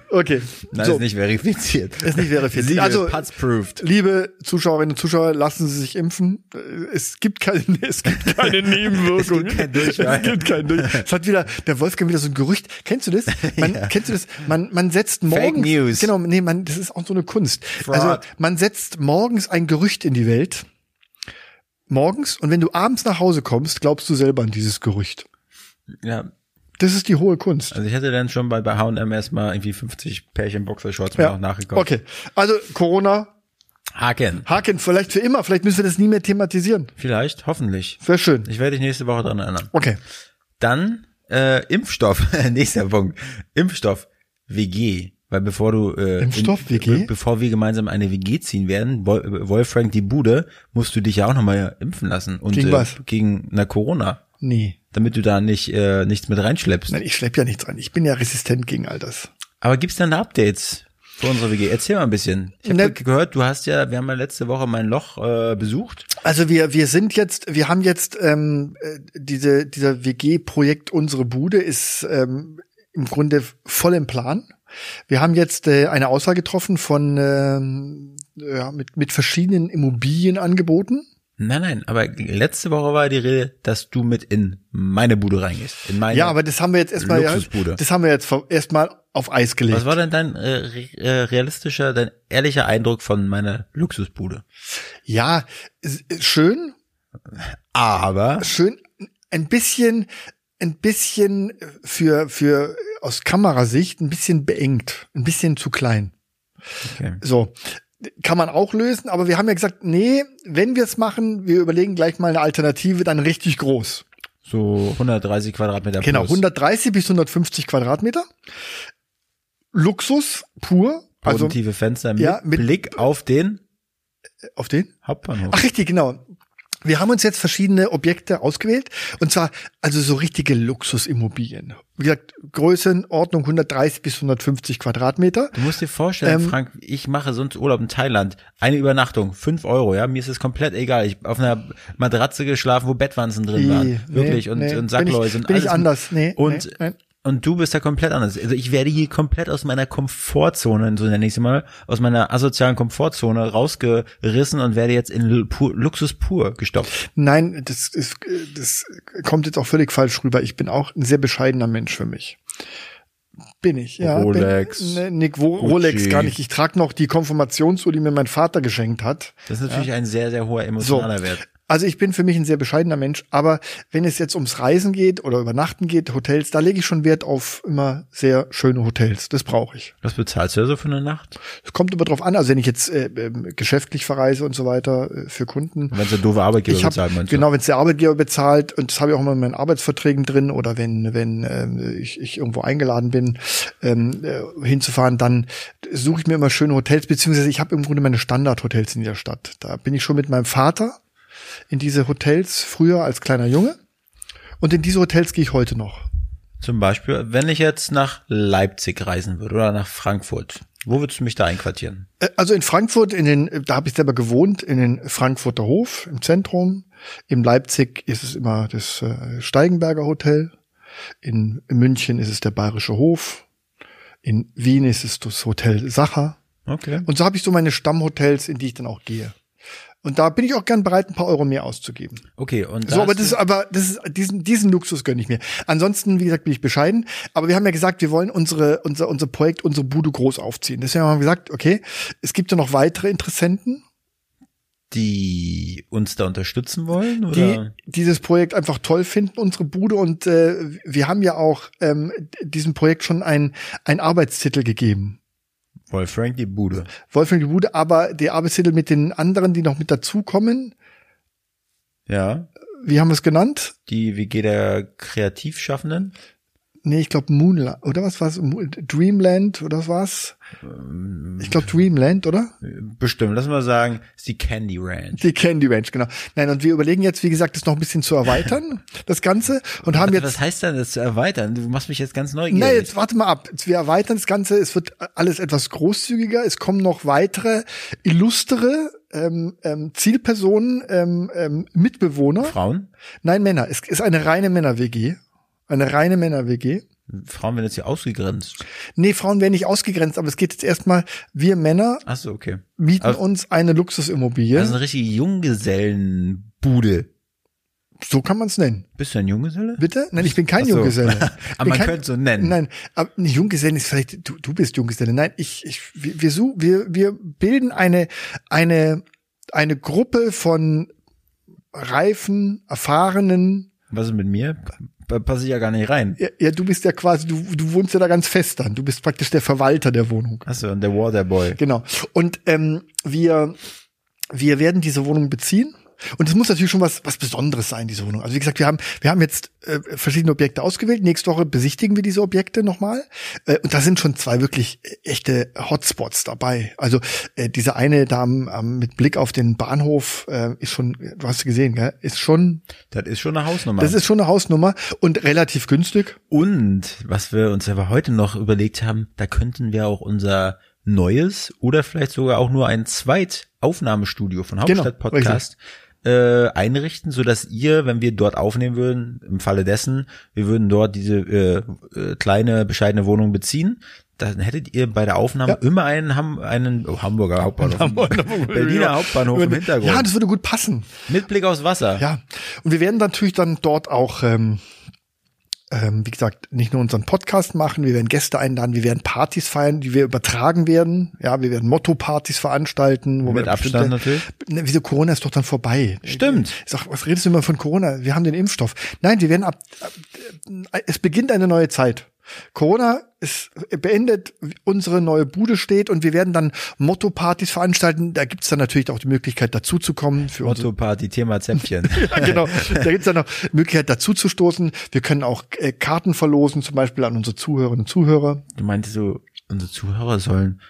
Speaker 2: okay.
Speaker 3: Nein,
Speaker 2: so.
Speaker 3: ist nicht verifiziert.
Speaker 2: Ist nicht verifiziert.
Speaker 3: Siegel,
Speaker 2: Also-
Speaker 3: Putz proved.
Speaker 2: Liebe Zuschauerinnen und Zuschauer, lassen Sie sich impfen. Äh, Es gibt keine, es gibt keine Nebenwirkungen.
Speaker 3: Es gibt keinen Durchfall.
Speaker 2: Es gibt keinen Durchfall. Es hat wieder, der Wolfgang wieder so ein Gerücht. Kennst du das? Man, Kennst du das? Man, man setzt morgens.
Speaker 3: News.
Speaker 2: Genau, nee, man, das ist auch so eine Kunst. Also,
Speaker 3: Fraud.
Speaker 2: man setzt morgens ein Gerücht in die Welt. Morgens. Und wenn du abends nach Hause kommst, glaubst du selber an dieses Gerücht.
Speaker 3: Ja,
Speaker 2: Das ist die hohe Kunst.
Speaker 3: also ich hatte dann schon bei, bei H&M erstmal irgendwie 50 Pärchen Boxershorts mir noch nachgekauft.
Speaker 2: Okay. Also Corona,
Speaker 3: Haken.
Speaker 2: Haken, vielleicht für immer, vielleicht müssen wir das nie mehr thematisieren.
Speaker 3: Vielleicht, hoffentlich.
Speaker 2: Sehr schön.
Speaker 3: Ich werde dich nächste Woche dran erinnern.
Speaker 2: Okay.
Speaker 3: Dann äh, Impfstoff. Nächster Punkt. Impfstoff. WG. Weil bevor du äh,
Speaker 2: Impfstoff, WG?
Speaker 3: be- bevor wir gemeinsam eine WG ziehen werden, Wol- äh, Wolfgang die Bude, musst du dich ja auch nochmal impfen lassen und äh,
Speaker 2: Gegen was?
Speaker 3: gegen na Corona,
Speaker 2: Nee.
Speaker 3: damit du da nicht äh, nichts mit reinschleppst.
Speaker 2: Nein, ich schleppe ja nichts an. Ich bin ja resistent gegen all das.
Speaker 3: Aber gibt's denn da Updates für unsere WG? Erzähl mal ein bisschen. Ich
Speaker 2: Ne-
Speaker 3: habe gehört, du hast ja, wir haben ja letzte Woche mein Loch äh, besucht.
Speaker 2: Also wir, wir sind jetzt, wir haben jetzt ähm, äh, diese, dieser WG-Projekt Unsere Bude ist ähm, im Grunde voll im Plan. Wir haben jetzt äh, eine Auswahl getroffen von ähm, ja, mit, mit verschiedenen Immobilienangeboten.
Speaker 3: Nein, nein, aber letzte Woche war die Rede, dass du mit in meine Bude reingehst. In meine
Speaker 2: Ja, aber das haben wir jetzt erstmal, ja,
Speaker 3: Luxusbude.
Speaker 2: das haben wir jetzt ver- erstmal auf Eis gelegt.
Speaker 3: Was war denn dein äh, re- äh, realistischer, dein ehrlicher Eindruck von meiner Luxusbude?
Speaker 2: Ja, s- schön,
Speaker 3: Aber
Speaker 2: schön, ein bisschen, ein bisschen für, für, aus Kamerasicht, ein bisschen beengt, ein bisschen zu klein.
Speaker 3: okay.
Speaker 2: So. Kann man auch lösen, aber wir haben ja gesagt, nee, wenn wir es machen, wir überlegen gleich mal eine Alternative, dann richtig groß.
Speaker 3: so 130 Quadratmeter
Speaker 2: Genau,
Speaker 3: plus.
Speaker 2: 130 bis 150 Quadratmeter. Luxus pur, also
Speaker 3: Bodentiefe Fenster mit,
Speaker 2: Ja, mit-
Speaker 3: Blick auf den
Speaker 2: auf den
Speaker 3: Hauptbahnhof.
Speaker 2: Ach, richtig, genau. Wir haben uns jetzt verschiedene Objekte ausgewählt und zwar also so richtige Luxusimmobilien. Wie gesagt, Größenordnung 130 bis 150 Quadratmeter.
Speaker 3: Du musst dir vorstellen,
Speaker 2: Ähm,
Speaker 3: Frank, ich mache sonst Urlaub in Thailand. Eine Übernachtung, fünf Euro, ja. Mir ist es komplett egal. Ich hab auf einer Matratze geschlafen, wo Bettwanzen drin
Speaker 2: Nee,
Speaker 3: waren. Wirklich.
Speaker 2: nee,
Speaker 3: und,
Speaker 2: nee.
Speaker 3: und Sackläuse
Speaker 2: Bin ich-
Speaker 3: und
Speaker 2: bin ich
Speaker 3: alles.
Speaker 2: anders. Nee,
Speaker 3: und,
Speaker 2: nee, nein.
Speaker 3: und du bist da komplett anders. Also ich werde hier komplett aus meiner Komfortzone, so nenne ich sie mal, aus meiner asozialen Komfortzone rausgerissen und werde jetzt in Lu- pur, Luxus pur gestopft.
Speaker 2: Nein, das, ist, das kommt jetzt auch völlig falsch rüber. Ich bin auch ein sehr bescheidener Mensch für mich. Bin ich, ja. Bin,
Speaker 3: Rolex,
Speaker 2: ne, Nick, wo,
Speaker 3: Gucci.
Speaker 2: Rolex gar nicht. Ich trage noch die Konfirmationsuhr, die mir mein Vater geschenkt hat.
Speaker 3: Das ist natürlich ein sehr, sehr hoher emotionaler Wert.
Speaker 2: Also ich bin für mich ein sehr bescheidener Mensch, aber wenn es jetzt ums Reisen geht oder Übernachten geht, Hotels, da lege ich schon Wert auf immer sehr schöne Hotels. Das brauche ich.
Speaker 3: Was bezahlst du ja so für eine Nacht?
Speaker 2: Es kommt immer drauf an, also wenn ich jetzt äh, ähm, geschäftlich verreise und so weiter äh, für Kunden.
Speaker 3: Wenn es der doofe Arbeitgeber
Speaker 2: Ich hab,
Speaker 3: bezahlt, meinst
Speaker 2: genau, wenn es der Arbeitgeber bezahlt und das habe ich auch immer in meinen Arbeitsverträgen drin oder wenn wenn ähm, ich, ich irgendwo eingeladen bin ähm, äh, hinzufahren, dann suche ich mir immer schöne Hotels beziehungsweise ich habe im Grunde meine Standardhotels in dieser Stadt. Da bin ich schon mit meinem Vater in diese Hotels früher als kleiner Junge und in diese Hotels gehe ich heute noch.
Speaker 3: du? Zum Beispiel, wenn ich jetzt nach Leipzig reisen würde oder nach Frankfurt, wo würdest du mich da einquartieren?
Speaker 2: Äh, Also in Frankfurt, in den, da habe ich selber gewohnt, in den Frankfurter Hof im Zentrum. In Leipzig ist es immer das äh, Steigenberger Hotel. In München ist es der Bayerische Hof. In Wien ist es das Hotel Sacher.
Speaker 3: Okay.
Speaker 2: Und so habe ich so meine Stammhotels, in die ich dann auch gehe. Und da bin ich auch gern bereit, ein paar Euro mehr auszugeben.
Speaker 3: Okay, und
Speaker 2: So, aber
Speaker 3: hast
Speaker 2: das ist aber das ist, diesen diesen Luxus gönne ich mir. Ansonsten, wie gesagt, bin ich bescheiden. Aber wir haben ja gesagt, wir wollen unsere unser unser Projekt, unsere Bude groß aufziehen. Deswegen haben wir gesagt, okay, es gibt ja noch weitere Interessenten,
Speaker 3: du die uns da unterstützen wollen?
Speaker 2: die
Speaker 3: Oder?
Speaker 2: dieses Projekt einfach toll finden, unsere Bude. Und äh, wir haben ja auch ähm, diesem Projekt schon einen einen Arbeitstitel gegeben.
Speaker 3: Wolfgang die Bude.
Speaker 2: Wolfgang die Bude, aber der Arbeitstitel mit den anderen, die noch mit dazukommen,
Speaker 3: Ja.
Speaker 2: wie haben wir es genannt?
Speaker 3: Die WG der Kreativschaffenden.
Speaker 2: Nee, ich glaube Moonlight, oder was war's? Mo- Dreamland oder was war's?
Speaker 3: Ähm,
Speaker 2: Ich glaube Dreamland, oder?
Speaker 3: Bestimmt, lass mal sagen, ist die Candy Ranch.
Speaker 2: Die Candy Ranch, genau. Nein, und wir überlegen jetzt, wie gesagt, das noch ein bisschen zu erweitern, das Ganze, und haben jetzt,
Speaker 3: Warte, Also was heißt denn das zu erweitern? Du machst mich jetzt ganz neugierig.
Speaker 2: na, jetzt warte mal ab. Jetzt, wir erweitern das Ganze, es wird alles etwas großzügiger, es kommen noch weitere illustre ähm, ähm, Zielpersonen, ähm, ähm, Mitbewohner.
Speaker 3: Frauen?
Speaker 2: Nein, Männer. Es ist eine reine Männer-WG. Eine reine Männer-WG.
Speaker 3: Frauen werden jetzt hier ausgegrenzt.
Speaker 2: Nee, Frauen werden nicht ausgegrenzt, aber es geht jetzt erstmal, wir Männer
Speaker 3: Ach so, okay.
Speaker 2: mieten
Speaker 3: Also-
Speaker 2: uns eine Luxusimmobilie.
Speaker 3: Das ist eine richtige Junggesellenbude.
Speaker 2: so kann man es nennen.
Speaker 3: Bist du ein Junggeselle?
Speaker 2: Bitte? Nein, ich bin kein
Speaker 3: Ach so.
Speaker 2: Junggeselle. Ich
Speaker 3: Aber
Speaker 2: bin
Speaker 3: man
Speaker 2: kein-
Speaker 3: könnte so nennen.
Speaker 2: Nein, aber nee, Junggesellen ist vielleicht, du, du bist Junggeselle. Nein, ich, ich, wir, wir, su- wir, wir bilden eine, eine, eine Gruppe von reifen, erfahrenen,
Speaker 3: Was ist mit mir? Pa- Passe ich ja gar nicht rein.
Speaker 2: ja, ja, du bist ja quasi, du, du wohnst ja da ganz fest dann. Du bist praktisch der Verwalter der Wohnung.
Speaker 3: Ach so, und der Waterboy.
Speaker 2: Genau. Und ähm, wir, wir werden diese Wohnung beziehen. Und es muss natürlich schon was, was Besonderes sein, diese Wohnung. Also wie gesagt, wir haben, wir haben jetzt äh, verschiedene Objekte ausgewählt. Nächste Woche besichtigen wir diese Objekte nochmal. Äh, und da sind schon zwei wirklich äh, echte Hotspots dabei. Also äh, diese eine da am, am, mit Blick auf den Bahnhof äh, ist schon, du hast sie gesehen, gell? ist schon,
Speaker 3: Das ist schon eine Hausnummer.
Speaker 2: das ist schon eine Hausnummer und relativ günstig.
Speaker 3: und was wir uns aber heute noch überlegt haben, da könnten wir auch unser neues oder vielleicht sogar auch nur ein Zweitaufnahmestudio von
Speaker 2: Genau,
Speaker 3: Hauptstadt Podcast äh, einrichten, so dass ihr, wenn wir dort aufnehmen würden, im Falle dessen, wir würden dort diese äh, äh, kleine bescheidene Wohnung beziehen, dann hättet ihr bei der Aufnahme immer einen, Ham einen oh, Hamburger Hauptbahnhof, Berliner Hauptbahnhof im Hintergrund
Speaker 2: Ja, das würde gut passen.
Speaker 3: mit Blick aufs Wasser.
Speaker 2: Ja, und wir werden natürlich dann dort auch, ähm, ähm, wie gesagt, nicht nur unseren Podcast machen, wir werden Gäste einladen, wir werden Partys feiern, die wir übertragen werden. Ja, wir werden Motto-Partys veranstalten. Wo
Speaker 3: Mit
Speaker 2: wir
Speaker 3: Abstand
Speaker 2: bestimmte-
Speaker 3: natürlich.
Speaker 2: Ne, Wieso Corona ist doch dann vorbei.
Speaker 3: Stimmt.
Speaker 2: Ich sag, was redest du immer von Corona? Wir haben den Impfstoff. Nein, wir werden ab, ab es beginnt eine neue Zeit. Corona ist beendet, unsere neue Bude steht und wir werden dann Motto-Partys veranstalten. Da gibt's dann natürlich auch die Möglichkeit, dazuzukommen für unsere
Speaker 3: Otto Party, Thema Zäpfchen.
Speaker 2: ja, genau. Da gibt's dann noch Möglichkeit dazu zu stoßen. Wir können auch äh, Karten verlosen, zum Beispiel an unsere Zuhörerinnen und Zuhörer.
Speaker 3: Du meintest so, unsere Zuhörer sollen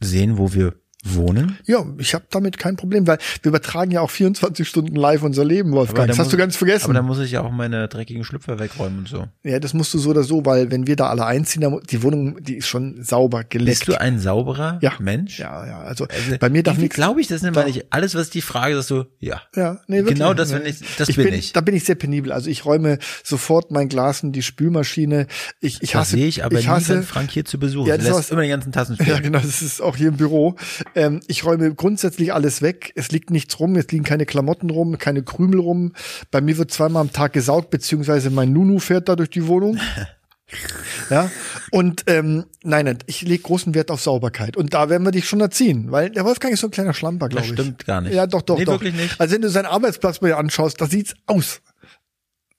Speaker 3: sehen, wo wir wohnen?
Speaker 2: Ja, ich habe damit kein Problem, weil wir übertragen ja auch 24 Stunden live unser Leben, Wolfgang. Das
Speaker 3: dann
Speaker 2: hast du
Speaker 3: muss-
Speaker 2: ganz vergessen.
Speaker 3: Aber dann muss ich ja auch meine dreckigen Schlüpfer wegräumen und so.
Speaker 2: ja, das musst du so oder so, weil wenn wir da alle einziehen, dann mu- die Wohnung, die ist schon sauber geleckt.
Speaker 3: Bist du ein sauberer
Speaker 2: ja.
Speaker 3: Mensch?
Speaker 2: Ja, ja. Also, bei mir darf nichts.
Speaker 3: glaube ich das nicht, weil ich alles, was die Frage ist, so, ja.
Speaker 2: Ja, nee, wirklich.
Speaker 3: Genau das,
Speaker 2: Nee.
Speaker 3: wenn ich, das bin, ich.
Speaker 2: Da bin ich sehr penibel. Also ich räume sofort mein Glas in die Spülmaschine. Ich, ich
Speaker 3: das
Speaker 2: hasse,
Speaker 3: sehe ich aber
Speaker 2: ich
Speaker 3: nie,
Speaker 2: hasse,
Speaker 3: wenn Frank hier zu Besuch
Speaker 2: Ja,
Speaker 3: ist.
Speaker 2: das
Speaker 3: Er
Speaker 2: ist
Speaker 3: lässt
Speaker 2: was-
Speaker 3: immer die ganzen Tassen
Speaker 2: Ja,
Speaker 3: stehen.
Speaker 2: genau, das ist auch hier im Büro. Ähm, ich räume grundsätzlich alles weg. Es liegt nichts rum, es liegen keine Klamotten rum, keine Krümel rum. Bei mir wird zweimal am Tag gesaugt, beziehungsweise mein Nunu fährt da durch die Wohnung. Ja, Und ähm, nein, nein, ich lege großen Wert auf Sauberkeit. Und da werden wir dich schon erziehen, weil der Wolfgang ist so ein kleiner Schlamper, glaube
Speaker 3: Das
Speaker 2: ich.
Speaker 3: stimmt gar nicht.
Speaker 2: Ja, doch, doch,
Speaker 3: Nee,
Speaker 2: doch.
Speaker 3: wirklich nicht.
Speaker 2: Also wenn du seinen Arbeitsplatz mal anschaust, da sieht's aus.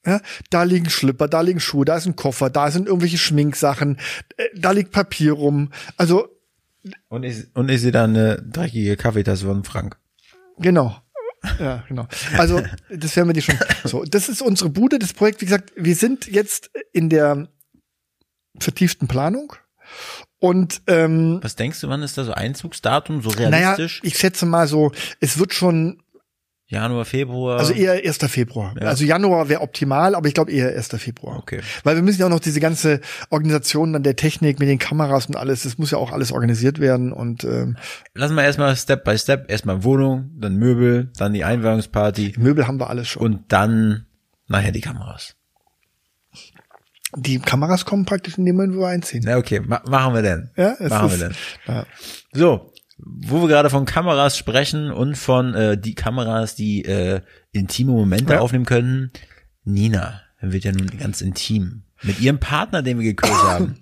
Speaker 2: Ja, da liegen Schlipper, da liegen Schuhe, da ist ein Koffer, da sind irgendwelche Schminksachen, äh, da liegt Papier rum. Also
Speaker 3: Und ich, und ich sehe da eine dreckige Kaffeetasse von Frank.
Speaker 2: Genau. Ja, genau. Also, das werden wir dir schon. So, das ist unsere Bude, das Projekt. Wie gesagt, wir sind jetzt in der vertieften Planung. Und ähm,
Speaker 3: Was denkst du, wann ist da so Einzugsdatum, so
Speaker 2: naja,
Speaker 3: realistisch?
Speaker 2: ich schätze mal so, es wird schon,
Speaker 3: Januar, Februar?
Speaker 2: also eher 1. Februar.
Speaker 3: Ah. Ja.
Speaker 2: Also Januar wäre optimal, aber ich glaube eher 1. Februar.
Speaker 3: Okay.
Speaker 2: Weil wir müssen ja auch noch diese ganze Organisation dann der Technik mit den Kameras und alles, das muss ja auch alles organisiert werden. Und ähm,
Speaker 3: Lass mal erstmal Step by Step, erstmal Wohnung, dann Möbel, dann die Einweihungsparty
Speaker 2: Möbel haben wir alles schon.
Speaker 3: und dann nachher die Kameras.
Speaker 2: Die Kameras kommen praktisch in dem Moment, wo wir einziehen.
Speaker 3: Na okay, ma machen wir denn.
Speaker 2: Ja, es
Speaker 3: machen
Speaker 2: ist-
Speaker 3: wir denn.
Speaker 2: Ja.
Speaker 3: So, wo wir gerade von Kameras sprechen und von äh, die Kameras, die äh, intime Momente
Speaker 2: Ja.
Speaker 3: aufnehmen können. Nina wird ja nun ganz intim. Mit ihrem Partner, den wir geküsst haben.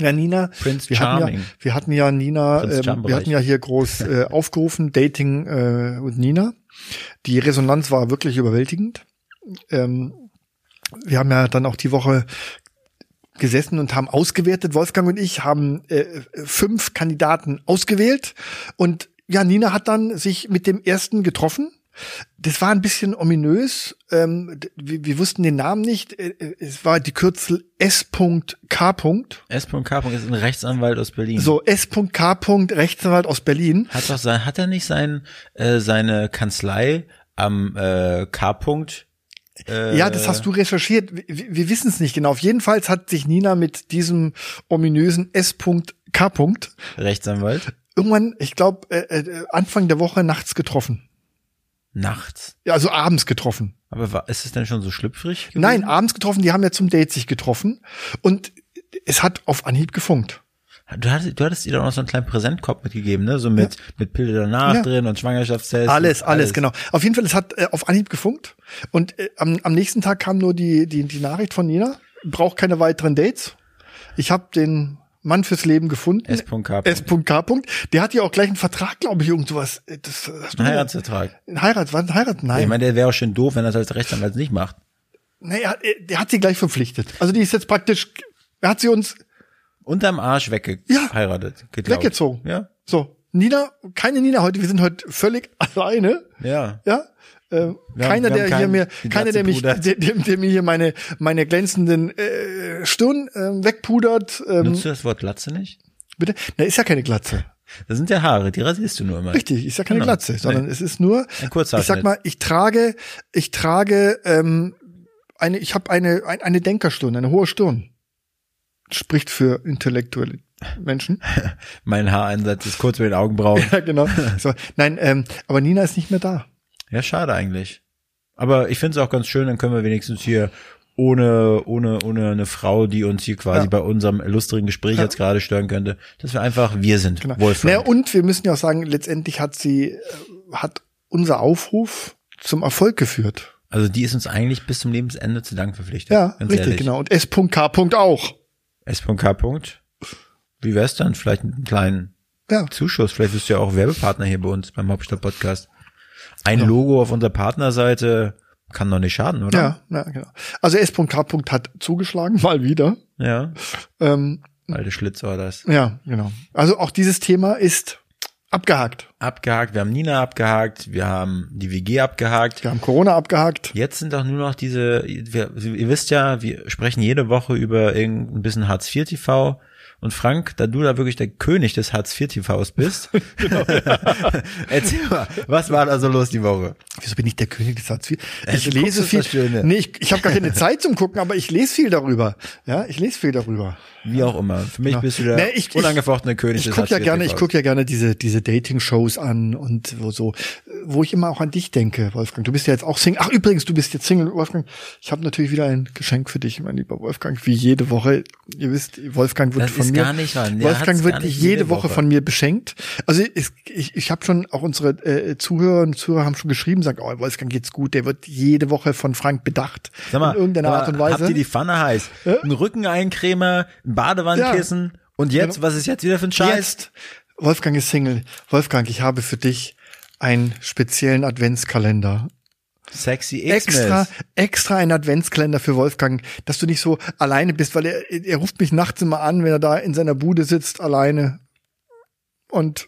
Speaker 2: Ja, Nina,
Speaker 3: Prince
Speaker 2: wir, hatten ja,
Speaker 3: Charming.
Speaker 2: wir hatten ja Nina,
Speaker 3: Prinz
Speaker 2: ähm,
Speaker 3: Charmbereich.
Speaker 2: wir hatten ja hier groß äh, aufgerufen, Dating äh, und Nina. Die Resonanz war wirklich überwältigend. Ähm, wir haben ja dann auch die Woche gesessen und haben ausgewertet. Wolfgang und ich haben äh, fünf Kandidaten ausgewählt. Und ja, Nina hat dann sich mit dem ersten getroffen. Das war ein bisschen ominös. Ähm, d- wir, wir wussten den Namen nicht. Äh, äh, Es war die Kürzel S.K.
Speaker 3: S.K. ist ein Rechtsanwalt aus Berlin.
Speaker 2: So, S.K. Rechtsanwalt aus Berlin.
Speaker 3: Hat doch sein, hat er nicht sein, äh, seine Kanzlei am äh, K-Punkt? Äh,
Speaker 2: ja, das hast du recherchiert. Wir, wir wissen es nicht genau. Auf jeden Fall hat sich Nina mit diesem ominösen S.K.
Speaker 3: Rechtsanwalt.
Speaker 2: irgendwann, ich glaube, äh, äh, Anfang der Woche nachts getroffen.
Speaker 3: Nachts.
Speaker 2: Ja, also abends getroffen.
Speaker 3: Aber war, ist es denn schon so schlüpfrig? gewesen?
Speaker 2: Nein, abends getroffen. Die haben ja zum Date sich getroffen. Und es hat auf Anhieb gefunkt.
Speaker 3: Du hattest, du hattest ihr doch noch so einen kleinen Präsentkorb mitgegeben, ne? So mit, mit Pille danach
Speaker 2: Ja.
Speaker 3: drin und Schwangerschaftstest.
Speaker 2: Alles, alles,
Speaker 3: und
Speaker 2: genau. Auf jeden Fall, es hat äh, auf Anhieb gefunkt. Und äh, am, am nächsten Tag kam nur die, die, die Nachricht von Nina, braucht keine weiteren Dates. Ich habe den Mann fürs Leben gefunden.
Speaker 3: S.K..
Speaker 2: S.K. Der hat ja auch gleich einen Vertrag, glaube ich, irgend sowas. Äh, Das hast
Speaker 3: Ein
Speaker 2: mir-
Speaker 3: Heiratsvertrag.
Speaker 2: Ein Heirat, was ein Heirat? Nein.
Speaker 3: Ich meine, der wäre auch schön doof, wenn er das als Rechtsanwalt nicht macht.
Speaker 2: nee, er, er- der hat sie gleich verpflichtet. Also die ist jetzt praktisch, er hat sie uns
Speaker 3: Unterm Arsch
Speaker 2: Ja.
Speaker 3: weggeheiratet. geglaubt.
Speaker 2: weggezogen.
Speaker 3: Ja.
Speaker 2: So, Nina, keine Nina heute, wir sind heute völlig alleine.
Speaker 3: Ja.
Speaker 2: Ja. Äh,
Speaker 3: Wir haben-
Speaker 2: keiner,
Speaker 3: wir haben
Speaker 2: der hier
Speaker 3: keinen
Speaker 2: mir, keiner, der mich, der,
Speaker 3: Nazi-Bruder.
Speaker 2: der, der mir hier meine, meine glänzenden äh, Stirn äh, wegpudert. Ähm,
Speaker 3: Nutzt du das Wort Glatze nicht?
Speaker 2: bitte. Na, ist ja keine Glatze.
Speaker 3: Das sind ja Haare, die rasierst du nur immer.
Speaker 2: Richtig, ist ja keine
Speaker 3: Genau.
Speaker 2: Glatze, sondern es ist nur,
Speaker 3: Ein
Speaker 2: ich
Speaker 3: Kurzhaarschnitt.
Speaker 2: sag mal, ich trage, ich trage ähm, eine, ich habe eine, ein, eine Denkerstirn, eine hohe Stirn. Spricht für intellektuelle Menschen.
Speaker 3: Mein Haareinsatz ist kurz mit den Augenbrauen.
Speaker 2: ja, genau. So, nein, ähm, aber Nina ist nicht mehr da.
Speaker 3: Ja, schade eigentlich. Aber ich finde es auch ganz schön, dann können wir wenigstens hier ohne, ohne, ohne eine Frau, die uns hier quasi
Speaker 2: Ja.
Speaker 3: bei unserem lustigen Gespräch jetzt gerade stören könnte, dass wir einfach wir sind.
Speaker 2: Genau.
Speaker 3: Wolfgang.
Speaker 2: Naja, und wir müssen ja auch sagen, letztendlich hat sie, äh, hat unser Aufruf zum Erfolg geführt.
Speaker 3: Also die ist uns eigentlich bis zum Lebensende zu Dank verpflichtet.
Speaker 2: Ja,
Speaker 3: ganz
Speaker 2: richtig,
Speaker 3: ehrlich.
Speaker 2: genau. Und S.K. auch.
Speaker 3: S.K. Wie wär's dann? Vielleicht mit einem kleinen
Speaker 2: Ja,
Speaker 3: Zuschuss. Vielleicht bist du ja auch Werbepartner hier bei uns beim Hauptstadt Podcast. Ein Logo auf unserer Partnerseite kann doch nicht schaden, oder?
Speaker 2: ja, ja, genau. Also S.K. hat zugeschlagen, mal wieder.
Speaker 3: Ja. Ja.
Speaker 2: Ähm,
Speaker 3: Alte Schlitzer war das.
Speaker 2: ja, genau. Also auch dieses Thema ist abgehakt.
Speaker 3: Abgehakt. Wir haben Nina abgehakt. Wir haben die WG abgehakt.
Speaker 2: Wir haben Corona abgehakt.
Speaker 3: Jetzt sind doch nur noch diese, wir, ihr wisst ja, wir sprechen jede Woche über irgendein bisschen Hartz IV TV. Und Frank, da du da wirklich der König des Hartz IV TVs bist,
Speaker 2: Genau.
Speaker 3: erzähl mal, was war da so los die Woche?
Speaker 2: Wieso bin ich der König des Hartz IV? Ich
Speaker 3: du guckst,
Speaker 2: lese
Speaker 3: ist
Speaker 2: viel.
Speaker 3: das Schöne.
Speaker 2: Nee, ich, ich habe gar keine Zeit zum Gucken, aber ich lese viel darüber. Ja, ich lese viel darüber.
Speaker 3: Wie auch immer. Für mich
Speaker 2: Genau.
Speaker 3: bist du der
Speaker 2: Nee, ich- ich-
Speaker 3: unangefochtene König
Speaker 2: Ich
Speaker 3: des
Speaker 2: guck
Speaker 3: Hartz
Speaker 2: ja
Speaker 3: IV
Speaker 2: gerne, ich
Speaker 3: TVs.
Speaker 2: guck ja gerne diese diese Dating Shows an und wo so, wo ich immer auch an dich denke, Wolfgang. Du bist ja jetzt auch Single. Ach übrigens, du bist jetzt Single, Wolfgang. Ich habe natürlich wieder ein Geschenk für dich, mein lieber Wolfgang. Wie jede Woche, ihr wisst, Wolfgang wird
Speaker 3: Das
Speaker 2: von
Speaker 3: ist
Speaker 2: mir,
Speaker 3: gar nicht wahr. Der hat's
Speaker 2: Wolfgang
Speaker 3: gar
Speaker 2: wird
Speaker 3: nicht
Speaker 2: jede
Speaker 3: jede
Speaker 2: Woche
Speaker 3: Woche.
Speaker 2: von mir beschenkt. Also ich, ich, ich habe schon auch unsere äh, Zuhörer und Zuhörer haben schon geschrieben, sagen, oh Wolfgang geht's gut. Der wird jede Woche von Frank bedacht
Speaker 3: Sag mal,
Speaker 2: in irgendeiner
Speaker 3: aber
Speaker 2: Art und Weise.
Speaker 3: Habt ihr die Pfanne heiß? Ein Rückeneincremer, ein Badewannkissen und jetzt, was ist jetzt wieder für ein Scheiß?
Speaker 2: Jetzt, Wolfgang ist Single. Wolfgang, ich habe für dich einen speziellen Adventskalender.
Speaker 3: Sexy Xmas.
Speaker 2: Extra, extra einen Adventskalender für Wolfgang, dass du nicht so alleine bist, weil er, er ruft mich nachts immer an, wenn er da in seiner Bude sitzt, alleine und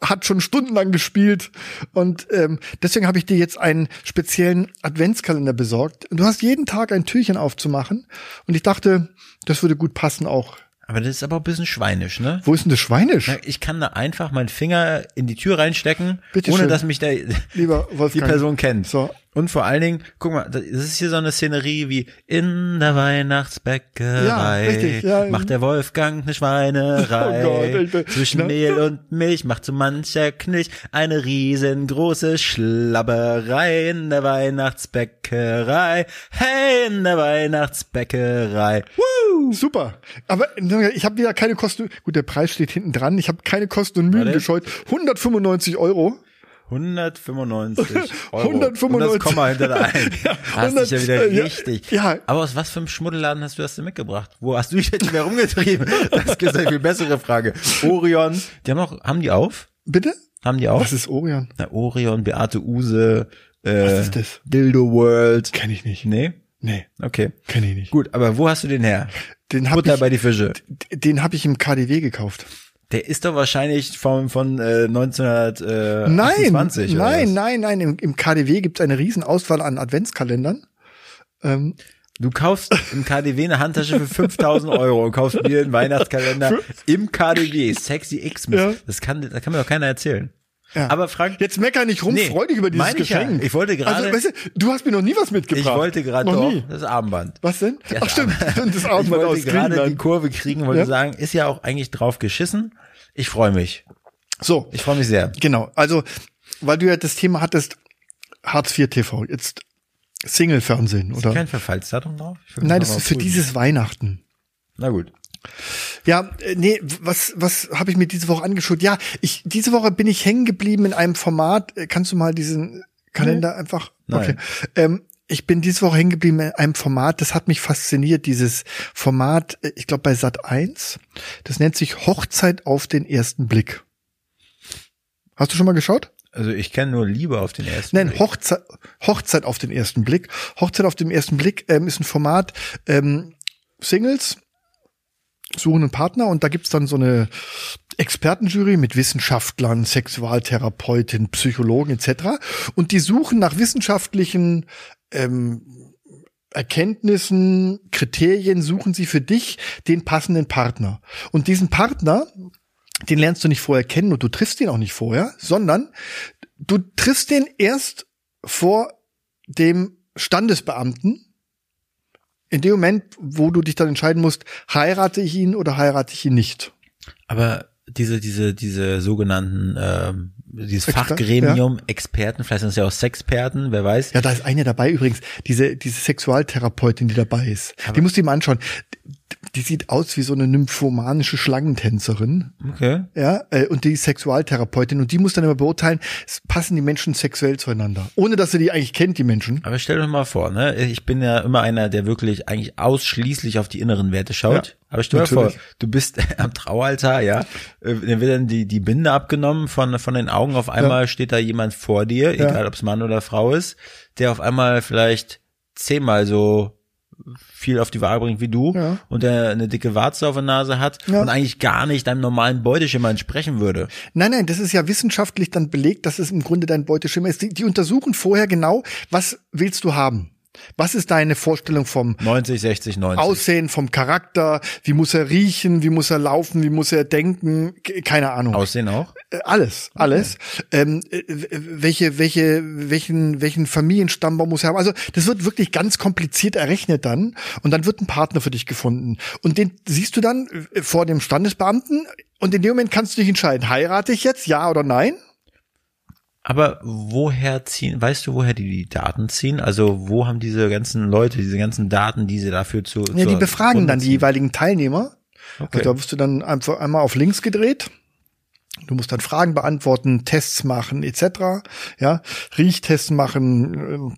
Speaker 2: hat schon stundenlang gespielt. Und ähm, deswegen habe ich dir jetzt einen speziellen Adventskalender besorgt. Du hast jeden Tag ein Türchen aufzumachen. Und ich dachte, das würde gut passen auch.
Speaker 3: Aber das ist aber ein bisschen schweinisch, ne?
Speaker 2: Wo ist denn das Schweinisch?
Speaker 3: Na, Ich kann da einfach meinen Finger in die Tür reinstecken,
Speaker 2: Bitte
Speaker 3: ohne
Speaker 2: schön.
Speaker 3: dass mich der,
Speaker 2: Lieber Wolfgang.
Speaker 3: die Person kennt.
Speaker 2: So.
Speaker 3: Und vor allen Dingen, guck mal, das ist hier so eine Szenerie wie in der Weihnachtsbäckerei
Speaker 2: Ja, richtig, ja.
Speaker 3: macht der Wolfgang eine Schweinerei.
Speaker 2: Oh Gott, ich bin-
Speaker 3: Zwischen
Speaker 2: Na.
Speaker 3: Mehl und Milch macht so mancher Knilch eine riesengroße Schlabberei in der Weihnachtsbäckerei. Hey, in der Weihnachtsbäckerei.
Speaker 2: Super. Aber ich habe wieder keine Kosten. Gut, der Preis steht hinten dran. Ich habe keine Kosten und Mühen
Speaker 3: Warte.
Speaker 2: gescheut. 195 Euro.
Speaker 3: 195 Euro.
Speaker 2: 195.
Speaker 3: Und das Komma hinter der einen.
Speaker 2: Ja,
Speaker 3: hast dich ja
Speaker 2: 100,
Speaker 3: wieder
Speaker 2: äh, ja,
Speaker 3: richtig.
Speaker 2: ja.
Speaker 3: Aber aus was für einem Schmuddelladen hast du das denn mitgebracht? Wo hast du dich denn wieder rumgetrieben? Das ist eine viel bessere Frage. Orion. Die haben auch, haben die auf?
Speaker 2: Bitte?
Speaker 3: Haben die auf?
Speaker 2: Was ist Orion?
Speaker 3: Na, Orion, Beate Use, äh, was
Speaker 2: ist das?
Speaker 3: Dildo World.
Speaker 2: Kenn ich nicht.
Speaker 3: Nee?
Speaker 2: Nee,
Speaker 3: Okay.
Speaker 2: kenn ich nicht.
Speaker 3: Gut, aber wo hast du den her?
Speaker 2: Den habe
Speaker 3: Butter
Speaker 2: ich,
Speaker 3: bei die Fische.
Speaker 2: den hab ich im KDW gekauft.
Speaker 3: Der ist doch wahrscheinlich von, von äh, 1928.
Speaker 2: Nein,
Speaker 3: oder was?
Speaker 2: nein, nein, nein. Im, im KDW gibt es eine riesen Auswahl an Adventskalendern. Ähm,
Speaker 3: Du kaufst im KDW eine Handtasche für 5000 Euro und kaufst mir einen Weihnachtskalender im KDW. Sexy Xmas.
Speaker 2: Ja.
Speaker 3: Das kann, das kann mir doch keiner erzählen.
Speaker 2: Ja.
Speaker 3: Aber Frank,
Speaker 2: jetzt mecker nicht rum,
Speaker 3: Nee,
Speaker 2: freu dich über dieses
Speaker 3: meine ich ja.
Speaker 2: Geschenk.
Speaker 3: Ich wollte gerade-
Speaker 2: Also, weißt du, du hast mir noch nie was
Speaker 3: ich
Speaker 2: mitgebracht.
Speaker 3: wollte gerade
Speaker 2: Noch
Speaker 3: doch
Speaker 2: nie.
Speaker 3: das Armband.
Speaker 2: Was denn?
Speaker 3: Das
Speaker 2: Ach stimmt,
Speaker 3: Armband.
Speaker 2: stimmt, das
Speaker 3: ich
Speaker 2: Armband aus
Speaker 3: wollte gerade die
Speaker 2: Griechenland.
Speaker 3: Kurve kriegen, wollte
Speaker 2: Ja.
Speaker 3: sagen, ist ja auch eigentlich drauf geschissen. Ich freue mich.
Speaker 2: So,
Speaker 3: Ich freue mich sehr.
Speaker 2: Genau, also weil du ja das Thema hattest, Hartz IV TV, jetzt Single-Fernsehen,
Speaker 3: Ist
Speaker 2: oder?
Speaker 3: kein Verfallsdatum drauf? Ich will
Speaker 2: Nein,
Speaker 3: das
Speaker 2: das
Speaker 3: mal
Speaker 2: ist für
Speaker 3: prüfen.
Speaker 2: dieses Weihnachten.
Speaker 3: Na gut.
Speaker 2: Ja, äh, nee, was, was habe ich mir diese Woche angeschaut? Ja, ich, diese Woche bin ich hängen geblieben in einem Format. Äh, Kannst du mal diesen Kalender einfach?
Speaker 3: Nein.
Speaker 2: Ähm, ich bin diese Woche hängen geblieben in einem Format, das hat mich fasziniert, dieses Format, äh, ich glaube bei Sat 1, das nennt sich Hochzeit auf den ersten Blick. Hast du schon mal geschaut?
Speaker 3: Also ich kenne nur Liebe auf den ersten
Speaker 2: Nein,
Speaker 3: Blick.
Speaker 2: Hochzei Hochzeit auf den ersten Blick. Hochzeit auf den ersten Blick ähm, ist ein Format. Ähm, Singles suchen einen Partner und da gibt's dann so eine Expertenjury mit Wissenschaftlern, Sexualtherapeuten, Psychologen etc. Und die suchen nach wissenschaftlichen ähm, Erkenntnissen, Kriterien, suchen sie für dich den passenden Partner. Und diesen Partner, den lernst du nicht vorher kennen und du triffst ihn auch nicht vorher, sondern du triffst den erst vor dem Standesbeamten. In dem Moment, wo du dich dann entscheiden musst, heirate ich ihn oder heirate ich ihn nicht.
Speaker 3: Aber diese, diese, diese sogenannten, ähm, dieses
Speaker 2: Exper-
Speaker 3: Fachgremium, Experten, vielleicht sind es ja auch Sexperten, wer weiß.
Speaker 2: Ja, da ist eine dabei übrigens, diese, diese Sexualtherapeutin, die dabei ist. die musst du ihm anschauen. Die sieht aus wie so eine nymphomanische Schlangentänzerin.
Speaker 3: Okay.
Speaker 2: Ja, äh, und die Sexualtherapeutin. Und die muss dann immer beurteilen, s- passen die Menschen sexuell zueinander. Ohne, dass sie die eigentlich kennt, die Menschen.
Speaker 3: Aber stell dir mal vor, ne? Ich bin ja immer einer, der wirklich eigentlich ausschließlich auf die inneren Werte schaut.
Speaker 2: Ja,
Speaker 3: Aber stell dir mal vor,
Speaker 2: natürlich.
Speaker 3: du bist am Traualtar, ja. äh, Dann wird dann die, die Binde abgenommen von, von den Augen. Auf einmal steht da jemand vor dir,
Speaker 2: Ja.
Speaker 3: egal ob es Mann oder Frau ist, der auf einmal vielleicht zehnmal so viel auf die Waage bringt wie du
Speaker 2: Ja.
Speaker 3: und der eine dicke Warze auf der Nase hat
Speaker 2: Ja.
Speaker 3: und eigentlich gar nicht deinem normalen Beuteschema entsprechen würde.
Speaker 2: Nein, nein, das ist ja wissenschaftlich dann belegt, dass es im Grunde dein Beuteschema ist. Die, die untersuchen vorher genau, was willst du haben? Was ist deine Vorstellung vom
Speaker 3: 90, 60, 90.
Speaker 2: Aussehen, vom Charakter? Wie muss er riechen? Wie muss er laufen? Wie muss er denken? Ke- Keine Ahnung.
Speaker 3: Aussehen auch?
Speaker 2: Äh, Alles, alles. Ähm, äh, w- welche, welche, welchen, welchen Familienstammbaum muss er haben? Also das wird wirklich ganz kompliziert errechnet dann und dann wird ein Partner für dich gefunden und den siehst du dann äh, vor dem Standesbeamten Und in dem Moment kannst du dich entscheiden, heirate ich jetzt, ja oder nein?
Speaker 3: Aber woher ziehen, weißt du, woher die die Daten ziehen? Also wo haben diese ganzen Leute, diese ganzen Daten, die sie dafür zu.
Speaker 2: Ja, die
Speaker 3: zur
Speaker 2: befragen
Speaker 3: Runde
Speaker 2: dann die
Speaker 3: ziehen?
Speaker 2: jeweiligen Teilnehmer.
Speaker 3: Okay.
Speaker 2: Und da wirst du dann einfach einmal auf links gedreht. Du musst dann Fragen beantworten, Tests machen, etc. Ja, Riechtests machen, ähm,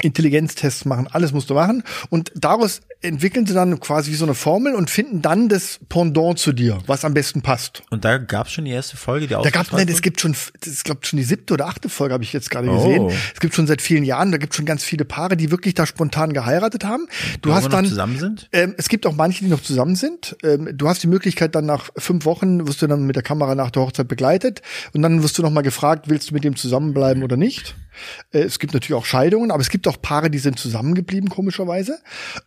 Speaker 2: Intelligenztests machen, alles musst du machen. Und daraus entwickeln sie dann quasi wie so eine Formel und finden dann das Pendant zu dir, was am besten passt.
Speaker 3: Und da gab es schon die erste Folge, die
Speaker 2: Da gab's,
Speaker 3: ausgestrahlt
Speaker 2: nein, es
Speaker 3: wurde?
Speaker 2: gibt schon, es glaubt schon die siebte oder achte Folge habe ich jetzt gerade
Speaker 3: Oh.
Speaker 2: gesehen. Es gibt schon seit vielen Jahren, da gibt schon ganz viele Paare, die wirklich da spontan geheiratet haben. Du
Speaker 3: Wo wir
Speaker 2: hast
Speaker 3: noch
Speaker 2: dann
Speaker 3: zusammen sind?
Speaker 2: Ähm, es gibt auch manche, die noch zusammen sind. Ähm, du hast die Möglichkeit, dann nach fünf Wochen wirst du dann mit der Kamera nach der Hochzeit begleitet und dann wirst du nochmal gefragt, willst du mit dem zusammenbleiben oder nicht? Äh, es gibt natürlich auch Scheidungen, aber es gibt auch Paare, die sind zusammengeblieben, komischerweise.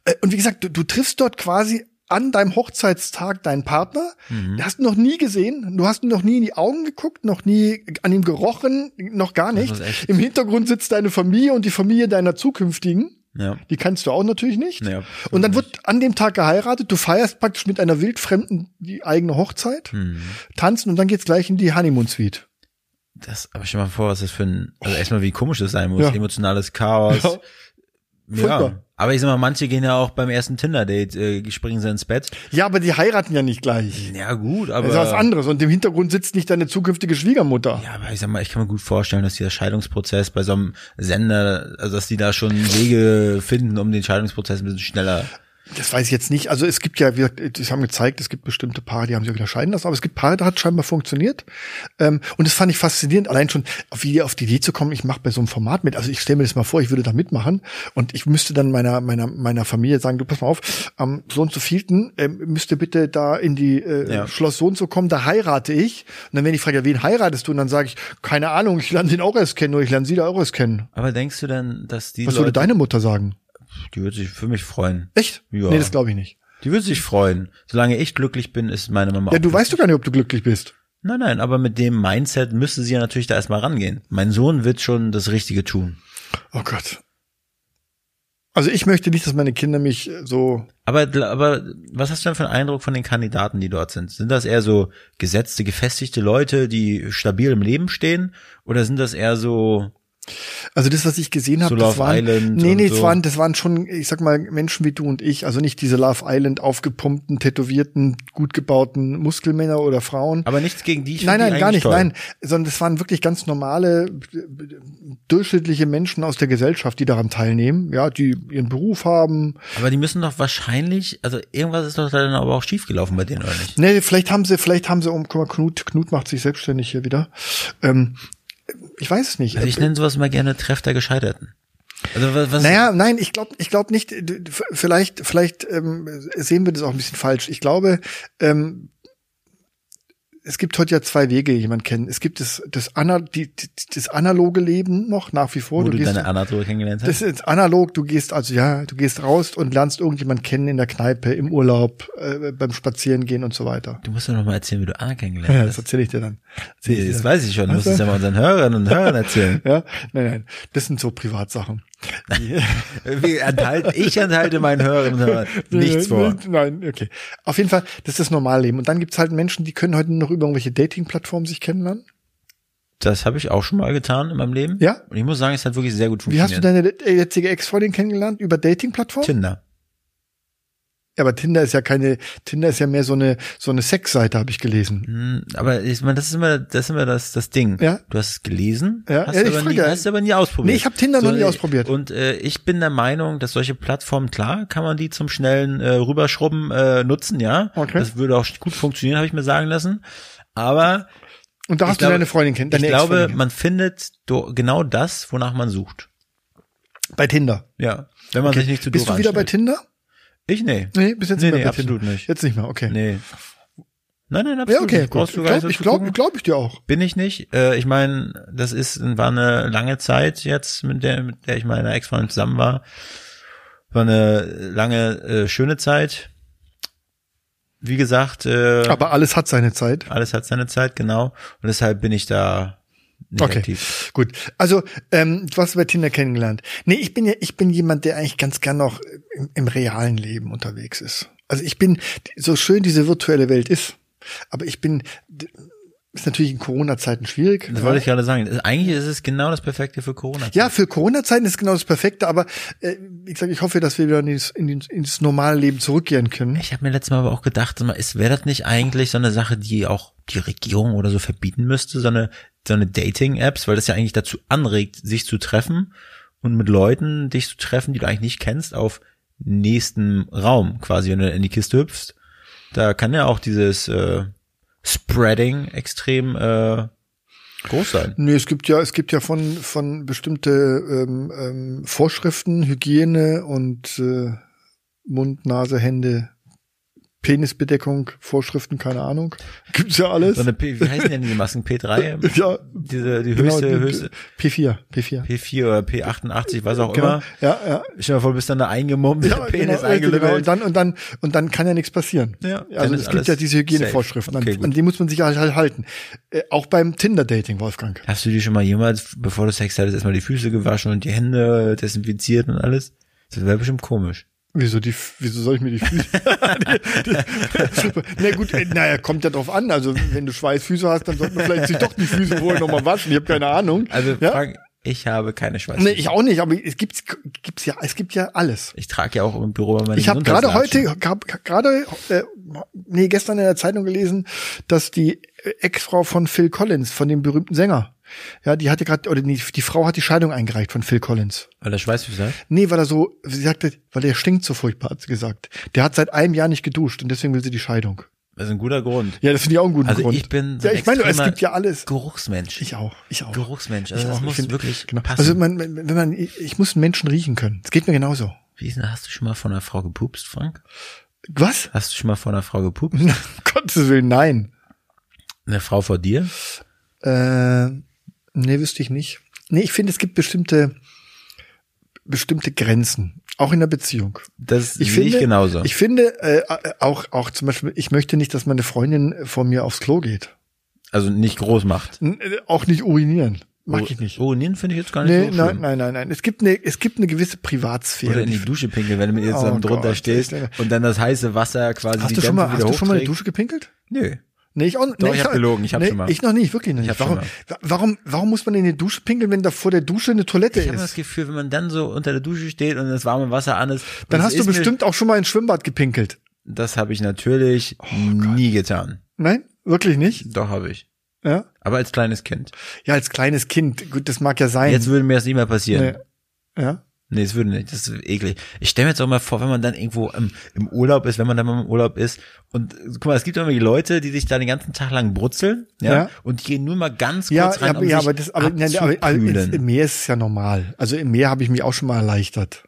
Speaker 2: Äh, und wie gesagt, du, du triffst dort quasi an deinem Hochzeitstag deinen Partner, den hast du noch nie gesehen, du hast ihm noch nie in die Augen geguckt, noch nie an ihm gerochen, noch gar nicht.
Speaker 3: muss echt-
Speaker 2: Im Hintergrund sitzt deine Familie und die Familie deiner zukünftigen.
Speaker 3: Ja.
Speaker 2: Die kannst du auch natürlich nicht.
Speaker 3: Nee,
Speaker 2: und dann wird an dem Tag geheiratet, du feierst praktisch mit einer Wildfremden die eigene Hochzeit,
Speaker 3: Hm.
Speaker 2: tanzen und dann geht's gleich in die Honeymoon Suite.
Speaker 3: Das, aber stell mal vor, was das für ein, also erstmal wie komisch das sein muss,
Speaker 2: Ja.
Speaker 3: emotionales Chaos.
Speaker 2: Ja.
Speaker 3: Ja.
Speaker 2: Furchtbar.
Speaker 3: Aber ich sag mal, manche gehen ja auch beim ersten Tinder-Date, äh, springen sie ins Bett.
Speaker 2: Ja, aber die heiraten ja nicht gleich.
Speaker 3: Ja, gut,
Speaker 2: Das
Speaker 3: aber.
Speaker 2: ist was anderes. Und im Hintergrund sitzt nicht deine zukünftige Schwiegermutter.
Speaker 3: Ja, aber ich sag mal, ich kann mir gut vorstellen, dass dieser Scheidungsprozess bei so einem Sender, also dass die da schon Wege finden, um den Scheidungsprozess ein bisschen schneller.
Speaker 2: Das weiß ich jetzt nicht. Also es gibt ja, wir das haben gezeigt, es gibt bestimmte Paare, die haben sich auch wieder scheiden lassen, aber es gibt Paare, da hat scheinbar funktioniert. Ähm, und das fand ich faszinierend, allein schon, auf, wie, auf die Idee zu kommen, ich mache bei so einem Format mit. Also ich stelle mir das mal vor, ich würde da mitmachen und ich müsste dann meiner, meiner, meiner Familie sagen, du pass mal auf, am so und so vielten ähm, müsste bitte da in die äh,
Speaker 3: Ja.
Speaker 2: Schloss so und so kommen, da heirate ich. Und dann wenn ich frage, ja, wen heiratest du? Und dann sage ich, keine Ahnung, ich lerne den auch erst kennen oder ich lerne sie da auch erst kennen.
Speaker 3: Aber denkst du denn, dass die
Speaker 2: Was
Speaker 3: Leute,
Speaker 2: würde deine Mutter sagen?
Speaker 3: die würde sich für mich freuen.
Speaker 2: Echt?
Speaker 3: Ja.
Speaker 2: Nee, das glaube ich nicht.
Speaker 3: Die würde sich freuen. Solange ich glücklich bin, ist meine Mama
Speaker 2: Ja,
Speaker 3: auch
Speaker 2: du weißt doch gar nicht, ob du glücklich bist.
Speaker 3: Nein, nein, aber mit dem Mindset müsste sie ja natürlich da erstmal rangehen. Mein Sohn wird schon das Richtige tun.
Speaker 2: Oh Gott. Also ich möchte nicht, dass meine Kinder mich äh, so.
Speaker 3: Aber, aber was hast du denn für einen Eindruck von den Kandidaten, die dort sind? Sind das eher so gesetzte, gefestigte Leute, die stabil im Leben stehen? Oder sind das eher so,
Speaker 2: Also das, was ich gesehen habe,
Speaker 3: So
Speaker 2: das
Speaker 3: Love
Speaker 2: waren
Speaker 3: Island
Speaker 2: nee,
Speaker 3: und
Speaker 2: nee, das
Speaker 3: so.
Speaker 2: waren das waren schon, ich sag mal Menschen wie du und ich, also nicht diese Love Island aufgepumpten, tätowierten, gut gebauten Muskelmänner oder Frauen.
Speaker 3: aber nichts gegen die? Ich
Speaker 2: nein,
Speaker 3: find die
Speaker 2: nein, gar
Speaker 3: eigentlich
Speaker 2: nicht,
Speaker 3: toll.
Speaker 2: nein, sondern das waren wirklich ganz normale b- b- durchschnittliche Menschen aus der Gesellschaft, die daran teilnehmen, ja, die ihren Beruf haben,
Speaker 3: Aber die müssen doch wahrscheinlich, also irgendwas ist doch dann aber auch schiefgelaufen bei denen, oder nicht?
Speaker 2: Nee, vielleicht haben sie, vielleicht haben sie um, guck mal, Knut, Knut macht sich selbstständig hier wieder. Ähm, ich weiß es nicht.
Speaker 3: Also ich nenne sowas mal gerne Treff der Gescheiterten. Also was, was
Speaker 2: naja, nein, ich glaube ich glaub nicht, d- d- vielleicht, vielleicht ähm, sehen wir das auch ein bisschen falsch. Ich glaube, ähm, es gibt heute ja zwei Wege, die jemand kennen. Es gibt das, das, ana, die, die- das analoge Leben noch nach wie vor.
Speaker 3: wo du,
Speaker 2: gehst-
Speaker 3: deine Anna drüber kennengelernt hast?
Speaker 2: das ist analog, du gehst also ja, du gehst raus und lernst irgendjemand kennen in der Kneipe, im Urlaub, äh, beim Spazierengehen und so weiter.
Speaker 3: Du musst doch noch mal erzählen, wie du Anna kennengelernt
Speaker 2: Ja,
Speaker 3: hast.
Speaker 2: das erzähle ich dir dann. Erzähl ich Also-
Speaker 3: Nee,
Speaker 2: dir
Speaker 3: das
Speaker 2: dann.
Speaker 3: weiß ich schon. Du musst es ja mal unseren Hörerinnen und Hörern erzählen.
Speaker 2: Ja, nein, nein, das sind so Privatsachen.
Speaker 3: Wir enthalten- ich enthalte meinen Hörerinnen und Hörern nichts vor.
Speaker 2: Nein, okay. Auf jeden Fall, das ist das Normalleben. Und dann gibt's halt Menschen, die können heute noch über irgendwelche Dating-Plattformen sich kennenlernen.
Speaker 3: Das habe ich auch schon mal getan in meinem Leben.
Speaker 2: Ja?
Speaker 3: Und ich muss sagen, es hat wirklich sehr gut
Speaker 2: Wie hast du
Speaker 3: funktioniert.
Speaker 2: deine äh, jetzige Ex-Freundin kennengelernt? Über Dating-Plattformen?
Speaker 3: Tinder.
Speaker 2: Ja, aber Tinder ist ja keine, Tinder ist ja mehr so eine, so eine Sexseite, habe ich gelesen.
Speaker 3: Hm, Aber ich meine, das ist immer, das ist immer das, das Ding.
Speaker 2: Ja.
Speaker 3: Du hast es gelesen,
Speaker 2: Ja,
Speaker 3: hast,
Speaker 2: ja, ich
Speaker 3: aber nie,
Speaker 2: frage ja.
Speaker 3: hast aber nie ausprobiert.
Speaker 2: Nee, ich hab Tinder noch nie
Speaker 3: äh,
Speaker 2: ausprobiert.
Speaker 3: Und äh, ich bin der Meinung, dass solche Plattformen, klar, kann man die zum schnellen äh, Rüberschrubben äh, nutzen, ja.
Speaker 2: Okay.
Speaker 3: Das würde auch gut funktionieren, habe ich mir sagen lassen. Aber
Speaker 2: Und da
Speaker 3: Ich
Speaker 2: hast du
Speaker 3: glaube-
Speaker 2: deine Freundin kennen, deine
Speaker 3: ich glaube,
Speaker 2: Ex-Freundin
Speaker 3: man findet do, genau das, wonach man sucht.
Speaker 2: kennen. bei Tinder.
Speaker 3: Ja. Wenn man sich nicht zu
Speaker 2: Bist
Speaker 3: doof
Speaker 2: du wieder bei
Speaker 3: anstellt.
Speaker 2: Tinder?
Speaker 3: Ich nee.
Speaker 2: Nee, bis jetzt nicht mehr
Speaker 3: Nee, nee,
Speaker 2: bei
Speaker 3: absolut
Speaker 2: Tinder.
Speaker 3: nicht.
Speaker 2: Jetzt nicht mehr, okay.
Speaker 3: Nee. Nein, nein, absolut
Speaker 2: ja, okay,
Speaker 3: nicht.
Speaker 2: gut.
Speaker 3: Brauchst
Speaker 2: Ich
Speaker 3: du gar nicht so
Speaker 2: glaube, ich
Speaker 3: zu
Speaker 2: glaube
Speaker 3: gucken.
Speaker 2: glaub ich dir auch.
Speaker 3: Bin ich nicht. Äh, ich meine, das ist war eine lange Zeit jetzt, mit der, mit der ich mit meiner Ex-Freundin zusammen war. War eine lange, äh, schöne Zeit. Wie gesagt, äh,
Speaker 2: Aber alles hat seine Zeit.
Speaker 3: alles hat seine Zeit, genau. Und deshalb bin ich da nicht
Speaker 2: Okay,
Speaker 3: aktiv.
Speaker 2: gut. Also, ähm, du hast bei Tinder kennengelernt. Nee, ich bin ja, ich bin jemand, der eigentlich ganz gern noch im, im realen Leben unterwegs ist. Also ich bin, so schön diese virtuelle Welt ist, Aber ich bin, ist natürlich in Corona-Zeiten schwierig. ne?
Speaker 3: Das wollte ich gerade sagen. Eigentlich ist es genau das Perfekte für Corona. -Zeiten.
Speaker 2: Ja, für Corona-Zeiten ist genau das Perfekte, aber äh, ich sage, ich hoffe, dass wir wieder in das, in das- ins normale Leben zurückkehren können.
Speaker 3: Ich habe mir letztes Mal aber auch gedacht, wäre das nicht eigentlich so eine Sache, die auch die Regierung oder so verbieten müsste, so eine, so eine Dating-Apps, weil das ja eigentlich dazu anregt, sich zu treffen und mit Leuten dich zu treffen, die du eigentlich nicht kennst, auf nächsten Raum quasi, wenn du in die Kiste hüpfst. Da kann ja auch dieses äh, Spreading extrem äh, groß sein.
Speaker 2: Nö, es gibt ja, es gibt ja von, von bestimmte ähm, ähm, Vorschriften, Hygiene und äh, Mund, Nase, Hände, Penisbedeckung, Vorschriften, keine Ahnung. Gibt's ja alles.
Speaker 3: So eine P, wie heißen denn diese Masken? P3?
Speaker 2: ja,
Speaker 3: Diese, die
Speaker 2: genau,
Speaker 3: höchste,
Speaker 2: die-
Speaker 3: höchste
Speaker 2: P4, P4.
Speaker 3: P4 oder P88, was auch
Speaker 2: Genau.
Speaker 3: immer.
Speaker 2: Ja, ja.
Speaker 3: Stell dir mal vor, du bist dann da eingemummt,
Speaker 2: Ja,
Speaker 3: der Penis
Speaker 2: genau, richtig, genau.
Speaker 3: eingelümmelt.
Speaker 2: Und dann, und dann, und dann kann ja nichts passieren.
Speaker 3: Ja, dann
Speaker 2: also
Speaker 3: ist
Speaker 2: es gibt
Speaker 3: alles
Speaker 2: ja diese Hygienevorschriften,
Speaker 3: safe. Okay,
Speaker 2: an,
Speaker 3: gut.
Speaker 2: an die muss man sich halt, halt halten. Äh, auch beim Tinder-Dating, Wolfgang.
Speaker 3: Hast du dir schon mal jemals, bevor du Sex hattest, erstmal die Füße gewaschen und die Hände desinfiziert und alles? Das wäre bestimmt komisch.
Speaker 2: Wieso die, F- wieso soll ich mir die Füße? die, die, na gut, äh, naja, kommt ja drauf an. Also wenn du Schweißfüße hast, dann sollte man vielleicht sich doch die Füße wohl nochmal waschen. Ich habe keine Ahnung.
Speaker 3: Also
Speaker 2: ja?
Speaker 3: Frank, ich habe keine Schweiß.
Speaker 2: Nee, ich auch nicht, aber es gibt's, gibt's ja, es gibt ja alles.
Speaker 3: ich trage ja auch im Büro immer meine
Speaker 2: Ich habe gerade
Speaker 3: Gesundheitslatschen.
Speaker 2: heute, gab- gerade, äh, nee, gestern in der Zeitung gelesen, dass die äh, Ex-Frau von Phil Collins, von dem berühmten Sänger, ja, die hatte gerade, oder die, die Frau hat die Scheidung eingereicht von Phil Collins.
Speaker 3: Weil er Schweißfüße hat?
Speaker 2: Nee, weil er so, sie sagte, weil er stinkt so furchtbar, hat sie gesagt. Der hat seit einem Jahr nicht geduscht und deswegen will sie die Scheidung.
Speaker 3: Das ist ein guter Grund.
Speaker 2: Ja, das finde ich auch einen guten
Speaker 3: Also
Speaker 2: Grund.
Speaker 3: ich bin so
Speaker 2: ja,
Speaker 3: ein
Speaker 2: ich meine, es
Speaker 3: extremer
Speaker 2: gibt ja alles.
Speaker 3: Geruchsmensch.
Speaker 2: Ich auch, ich auch.
Speaker 3: Geruchsmensch.
Speaker 2: Ich
Speaker 3: Also das
Speaker 2: auch, ich
Speaker 3: muss
Speaker 2: find-
Speaker 3: wirklich
Speaker 2: genau.
Speaker 3: passen.
Speaker 2: Also man, man- wenn man, ich ich muss einen Menschen riechen können. Es geht mir genauso.
Speaker 3: Wie ist denn, hast du schon mal von einer Frau gepupst, Frank?
Speaker 2: Was?
Speaker 3: Hast du schon mal von einer Frau gepupst?
Speaker 2: Um Gottes Willen, nein.
Speaker 3: Eine Frau vor dir?
Speaker 2: Äh, nee, wüsste ich nicht. Nee, ich finde, es gibt bestimmte, bestimmte Grenzen. Auch in der Beziehung.
Speaker 3: Das
Speaker 2: Ich
Speaker 3: sehe
Speaker 2: finde,
Speaker 3: ich genauso.
Speaker 2: Ich finde, äh, äh, auch, auch zum Beispiel, ich möchte nicht, dass meine Freundin äh, vor mir aufs Klo geht.
Speaker 3: also nicht groß macht.
Speaker 2: N äh, auch nicht urinieren. Mag ich nicht.
Speaker 3: Oh, Nien finde ich jetzt gar nicht
Speaker 2: Nee,
Speaker 3: so schlimm.
Speaker 2: nein, nein, nein, nein. Es gibt eine, es gibt eine gewisse Privatsphäre.
Speaker 3: Oder in
Speaker 2: die
Speaker 3: die Dusche pinkeln, wenn du mit ihr
Speaker 2: Oh
Speaker 3: zusammen drunter
Speaker 2: Gott,
Speaker 3: stehst
Speaker 2: echt,
Speaker 3: und dann das heiße Wasser quasi die
Speaker 2: hast du schon
Speaker 3: Dämpfe
Speaker 2: mal,
Speaker 3: wieder
Speaker 2: hast du schon mal in die
Speaker 3: hochträgt.
Speaker 2: Dusche gepinkelt?
Speaker 3: Nö.
Speaker 2: Nee, ich auch nicht.
Speaker 3: Doch,
Speaker 2: nee,
Speaker 3: ich hab gelogen, ich hab
Speaker 2: nee,
Speaker 3: schon mal.
Speaker 2: Ich noch nicht, wirklich noch nicht.
Speaker 3: hab schon
Speaker 2: warum, wa- warum, warum muss man in die Dusche pinkeln, wenn da vor der Dusche eine Toilette
Speaker 3: Ich habe das
Speaker 2: ist?
Speaker 3: Gefühl, wenn man dann so unter der Dusche steht und das warme Wasser an ist,
Speaker 2: Dann
Speaker 3: das
Speaker 2: hast du
Speaker 3: ist mir-
Speaker 2: bestimmt auch schon mal ins Schwimmbad gepinkelt.
Speaker 3: das habe ich natürlich
Speaker 2: Oh
Speaker 3: nie getan.
Speaker 2: Nein, wirklich nicht.
Speaker 3: Doch habe ich.
Speaker 2: Ja,
Speaker 3: Aber als kleines Kind.
Speaker 2: ja als kleines Kind. Gut, das mag ja sein.
Speaker 3: Jetzt würde mir das nicht mehr passieren.
Speaker 2: Nee. ja.
Speaker 3: Nee, es würde nicht. Das ist eklig. Ich stelle mir jetzt auch mal vor, wenn man dann irgendwo im, im Urlaub ist, wenn man dann mal im Urlaub ist und äh, guck mal, es gibt immer die Leute, die sich da den ganzen Tag lang brutzeln, ja,
Speaker 2: Ja.
Speaker 3: und gehen nur mal ganz kurz
Speaker 2: Ja,
Speaker 3: rein,
Speaker 2: ja,
Speaker 3: um
Speaker 2: ja,
Speaker 3: sich
Speaker 2: aber das, aber, nein, aber also,
Speaker 3: abzukühlen.
Speaker 2: ins- im Meer ist es ja normal. Also im Meer habe ich mich auch schon mal erleichtert.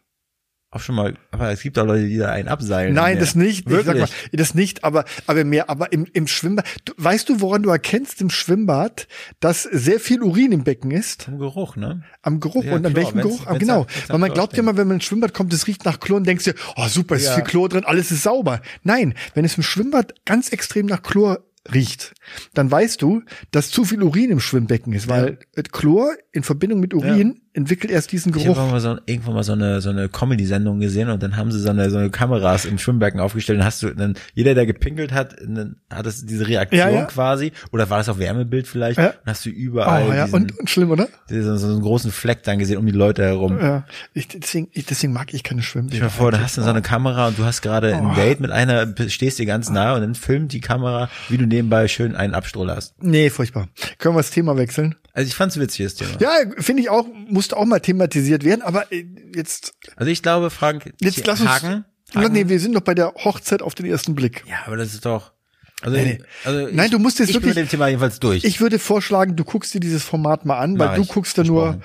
Speaker 3: auch schon mal, aber es gibt auch Leute, die da einen abseilen.
Speaker 2: Nein, das nicht. Ich sag
Speaker 3: Wirklich.
Speaker 2: mal, das nicht, aber, aber im Meer, aber im, im Schwimmbad. Du, weißt du, woran du erkennst im Schwimmbad, dass sehr viel Urin im Becken ist?
Speaker 3: Vom Geruch, ne?
Speaker 2: Am Geruch
Speaker 3: Ja,
Speaker 2: und an
Speaker 3: Chlor,
Speaker 2: welchem
Speaker 3: wenn's-
Speaker 2: Geruch? Ah,
Speaker 3: wenn's
Speaker 2: genau.
Speaker 3: am- wenn's am
Speaker 2: Weil man
Speaker 3: Chlor
Speaker 2: glaubt ja immer, wenn man ins Schwimmbad kommt, es riecht nach Chlor und denkst dir, oh super, ist
Speaker 3: Ja.
Speaker 2: viel Chlor drin, alles ist sauber. Nein, wenn es im Schwimmbad ganz extrem nach Chlor riecht, dann weißt du, dass zu viel Urin im Schwimmbecken ist, weil äh, Chlor in Verbindung mit Urin entwickelt erst diesen
Speaker 3: Ich habe
Speaker 2: Geruch.
Speaker 3: mal so, irgendwann mal so eine, so eine Comedy-Sendung gesehen und dann haben sie so eine, so eine Kameras im Schwimmbecken aufgestellt und hast du dann, jeder, der gepinkelt hat, dann hat es diese Reaktion
Speaker 2: Ja, ja.
Speaker 3: quasi, oder war das auch Wärmebild vielleicht,
Speaker 2: Ja.
Speaker 3: und hast du
Speaker 2: Oh,
Speaker 3: überall
Speaker 2: ja.
Speaker 3: diesen,
Speaker 2: und, und schlimm, oder?
Speaker 3: diesen, so einen großen Fleck dann gesehen um die Leute herum.
Speaker 2: Ja. Ich, deswegen, ich, deswegen mag ich keine
Speaker 3: Stell dir
Speaker 2: Schwimmbäder.
Speaker 3: mal vor, da hast du so eine Kamera und du hast gerade
Speaker 2: Oh.
Speaker 3: ein Date mit einer, stehst dir ganz nah und dann filmt die Kamera, wie du nebenbei schön einen Abstroll hast.
Speaker 2: Nee, furchtbar. Können wir das Thema wechseln?
Speaker 3: Also ich fand's ein witziges Thema.
Speaker 2: Ja, finde ich auch, musste auch mal thematisiert werden, aber äh, jetzt,
Speaker 3: Also ich glaube, Frank,
Speaker 2: jetzt lass uns.
Speaker 3: Haken, Haken.
Speaker 2: Nee, wir sind noch bei der Hochzeit auf den ersten Blick.
Speaker 3: Ja, aber das ist doch. Also,
Speaker 2: Nee, nee.
Speaker 3: also
Speaker 2: Nein, du musst jetzt
Speaker 3: ich
Speaker 2: wirklich-
Speaker 3: bin mit dem Thema jedenfalls durch.
Speaker 2: Ich würde vorschlagen, du guckst dir dieses Format mal an, weil
Speaker 3: Mach
Speaker 2: du
Speaker 3: ich.
Speaker 2: guckst da nur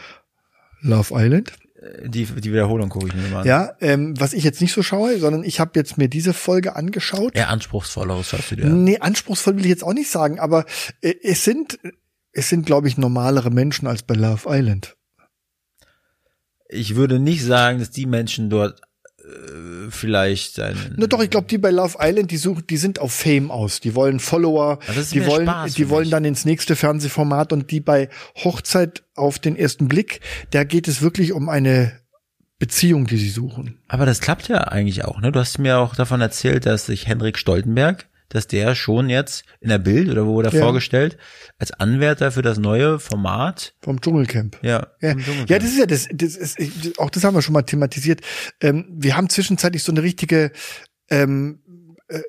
Speaker 2: Love Island.
Speaker 3: Äh, die, die Wiederholung gucke ich mir mal an.
Speaker 2: Ja, ähm, was ich jetzt nicht so schaue, sondern ich habe jetzt mir diese Folge angeschaut.
Speaker 3: Eher anspruchsvolleres schaffst du dir. an.
Speaker 2: Nee, anspruchsvoll will ich jetzt auch nicht sagen, aber äh, es sind, es sind, glaube ich, normalere Menschen als bei Love Island.
Speaker 3: Ich würde nicht sagen, dass die Menschen dort äh, vielleicht ein.
Speaker 2: Na doch, ich glaube, die bei Love Island, die suchen, die sind auf Fame aus. Die wollen Follower,
Speaker 3: Also das ist
Speaker 2: die
Speaker 3: mehr
Speaker 2: wollen,
Speaker 3: Spaß
Speaker 2: die
Speaker 3: für
Speaker 2: wollen
Speaker 3: mich.
Speaker 2: dann ins nächste Fernsehformat und die bei Hochzeit auf den ersten Blick, da geht es wirklich um eine Beziehung, die sie suchen.
Speaker 3: Aber das klappt ja eigentlich auch, ne? Du hast mir auch davon erzählt, dass sich Henrik Stoltenberg, dass der schon jetzt in der Bild oder wo wurde er
Speaker 2: Ja.
Speaker 3: vorgestellt, als Anwärter für das neue Format,
Speaker 2: vom Dschungelcamp.
Speaker 3: ja,
Speaker 2: Ja,
Speaker 3: vom Dschungelcamp.
Speaker 2: ja, das ist ja das, das ist, ich- auch das haben wir schon mal thematisiert. Ähm, wir haben zwischenzeitlich so eine richtige ähm, äh,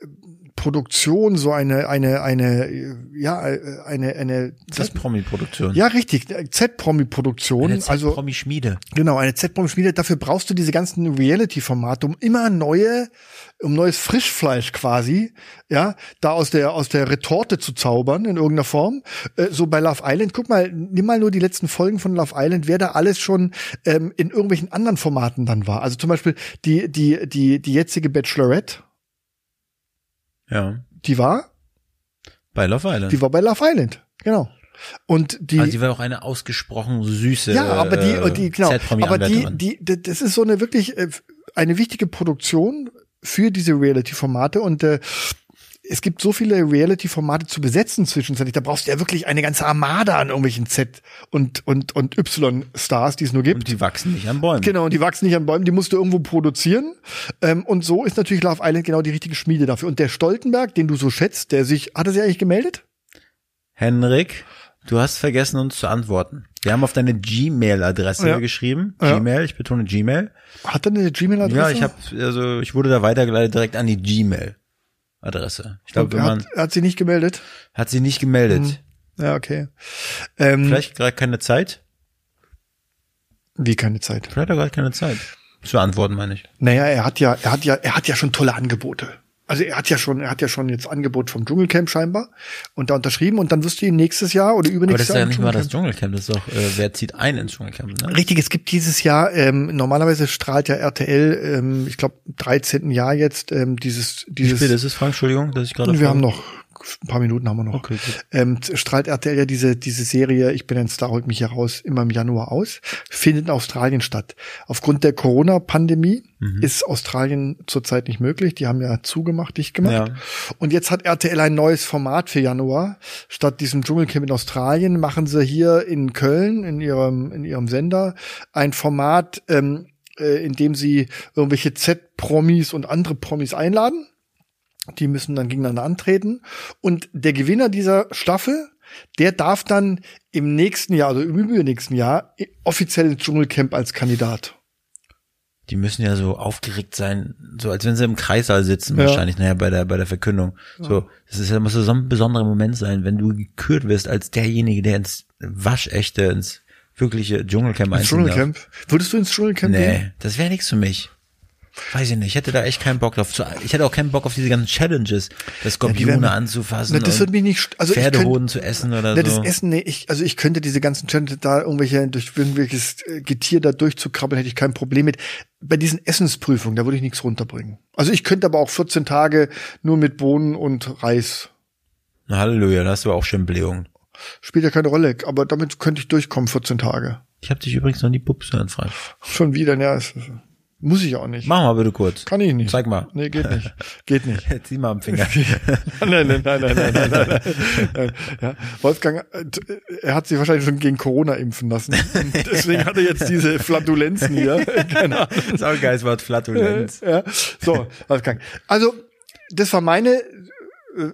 Speaker 2: Produktion, so eine, eine, eine, äh, ja, äh, eine, eine,
Speaker 3: Das ist Promi-Produktion.
Speaker 2: ja, richtig, äh, Z-Promi-Produktion.
Speaker 3: also
Speaker 2: Also
Speaker 3: Promi-Schmiede.
Speaker 2: genau, eine Z-Promi-Schmiede. Dafür brauchst du diese ganzen Reality-Formate, um immer neue, um neues Frischfleisch quasi, ja, da aus der aus der Retorte zu zaubern in irgendeiner Form. Äh, so bei Love Island, guck mal, nimm mal nur die letzten Folgen von Love Island, wer da alles schon ähm, in irgendwelchen anderen Formaten dann war. Also zum Beispiel die die die die jetzige Bachelorette,
Speaker 3: Ja.
Speaker 2: die war,
Speaker 3: Bei Love Island.
Speaker 2: die war bei Love Island, genau. Und die,
Speaker 3: also die war auch eine ausgesprochen süße.
Speaker 2: Ja, aber die,
Speaker 3: äh,
Speaker 2: die genau, aber die,
Speaker 3: Z-Promi-Anwärterin.
Speaker 2: die, d- das ist so eine wirklich äh, eine wichtige Produktion für diese Reality-Formate und äh, es gibt so viele Reality-Formate zu besetzen zwischenzeitlich. Da brauchst du ja wirklich eine ganze Armada an irgendwelchen Z und und und Y-Stars, die es nur gibt.
Speaker 3: Und die wachsen nicht an Bäumen.
Speaker 2: Genau, und die wachsen nicht an Bäumen, die musst du irgendwo produzieren. Ähm, und so ist natürlich Love Island genau die richtige Schmiede dafür. Und der Stoltenberg, den du so schätzt, der sich, hat er sich eigentlich gemeldet?
Speaker 3: Henrik, du hast vergessen, uns zu antworten. Wir haben auf deine Gmail-Adresse
Speaker 2: Ja.
Speaker 3: geschrieben.
Speaker 2: Ja.
Speaker 3: Gmail, ich betone Gmail.
Speaker 2: Hat er eine Gmail-Adresse?
Speaker 3: Ja, ich habe, also ich wurde da weitergeleitet direkt an die Gmail-Adresse. Ich
Speaker 2: Er
Speaker 3: glaube, wenn man
Speaker 2: hat, Mhm. er hat sie nicht gemeldet?
Speaker 3: hat sie nicht gemeldet.
Speaker 2: Ja, okay. Ähm,
Speaker 3: Vielleicht gerade keine Zeit.
Speaker 2: Wie keine Zeit.
Speaker 3: Vielleicht hat er gerade keine Zeit. Zu antworten, meine ich.
Speaker 2: Naja, er hat ja, er hat ja, er hat ja schon tolle Angebote. Also er hat ja schon, er hat ja schon jetzt Angebot vom Dschungelcamp scheinbar und da unterschrieben und dann wirst du ihn nächstes Jahr oder
Speaker 3: Aber das
Speaker 2: übernächstes
Speaker 3: ist ja
Speaker 2: Jahr. im
Speaker 3: nicht mal das
Speaker 2: Dschungelcamp.
Speaker 3: Dschungelcamp, das ist doch, äh, wer zieht ein ins Dschungelcamp, ne?
Speaker 2: Richtig, es gibt dieses Jahr, ähm, normalerweise strahlt ja RTL, ähm, ich glaube, 13. Jahr jetzt ähm, dieses,
Speaker 3: Wie spät
Speaker 2: dieses.
Speaker 3: ist es, Frank? Entschuldigung, dass ich gerade
Speaker 2: Wir
Speaker 3: frage.
Speaker 2: haben noch ein paar Minuten haben wir noch.
Speaker 3: Okay, gut.
Speaker 2: Ähm, strahlt RTL ja diese, diese Serie Ich bin ein Star, holt mich hier raus, immer im Januar aus, findet in Australien statt. Aufgrund der Corona-Pandemie
Speaker 3: Mhm.
Speaker 2: ist Australien zurzeit nicht möglich. Die haben ja zugemacht, dicht gemacht.
Speaker 3: Ja.
Speaker 2: Und jetzt hat RTL ein neues Format für Januar. Statt diesem Dschungelcamp in Australien machen sie hier in Köln, in ihrem, in ihrem Sender, ein Format, ähm, äh, in dem sie irgendwelche Z-Promis und andere Promis einladen. Die müssen dann gegeneinander antreten. Und der Gewinner dieser Staffel, der darf dann im nächsten Jahr, also im übernächsten Jahr, offiziell ins Dschungelcamp als Kandidat.
Speaker 3: Die müssen ja so aufgeregt sein, so als wenn sie im Kreissaal sitzen
Speaker 2: Ja.
Speaker 3: wahrscheinlich, naja, bei der, bei der Verkündung. So, das ist ja, muss ja so ein besonderer Moment sein, wenn du gekürt wirst als derjenige, der ins waschechte, ins wirkliche Dschungelcamp
Speaker 2: Ins
Speaker 3: einziehen darf.
Speaker 2: Dschungelcamp. Würdest du ins Dschungelcamp gehen?
Speaker 3: Nee, das wäre nichts für mich. Weiß ich nicht, ich hätte da echt keinen Bock drauf. Zu, ich hätte auch keinen Bock auf diese ganzen Challenges, das Skorpione
Speaker 2: wären-
Speaker 3: anzufassen
Speaker 2: Na, das
Speaker 3: und
Speaker 2: wird mich nicht, st- also ich könnte-
Speaker 3: Pferdehoden zu essen oder
Speaker 2: Ne,
Speaker 3: so.
Speaker 2: das Essen, nee, ich, also ich könnte diese ganzen Challenges da irgendwelche, durch irgendwelches äh, Getier da durchzukrabbeln, hätte ich kein Problem mit. Bei diesen Essensprüfungen, da würde ich nichts runterbringen. Also ich könnte aber auch 14 Tage nur mit Bohnen und Reis.
Speaker 3: Na, Halleluja, da hast du aber auch schon Blähungen.
Speaker 2: Spielt ja keine Rolle, aber damit könnte ich durchkommen, 14 Tage.
Speaker 3: Ich habe dich übrigens noch nie Pupse anfragt.
Speaker 2: Schon wieder, ja, es, muss ich auch nicht.
Speaker 3: Mach mal bitte kurz.
Speaker 2: Kann ich nicht.
Speaker 3: Zeig mal.
Speaker 2: Nee, geht nicht. Geht nicht.
Speaker 3: Zieh mal am Finger.
Speaker 2: Nein, nein, nein, nein, nein, nein, nein. nein. Ja, Wolfgang, äh, t- er hat sich wahrscheinlich schon gegen Corona impfen lassen. Und deswegen hat er jetzt diese Flatulenzen hier. Keine Ahnung.
Speaker 3: Das ist auch ein geiles Wort, Flatulenz.
Speaker 2: Ja. So, Wolfgang. Also, das war meine äh,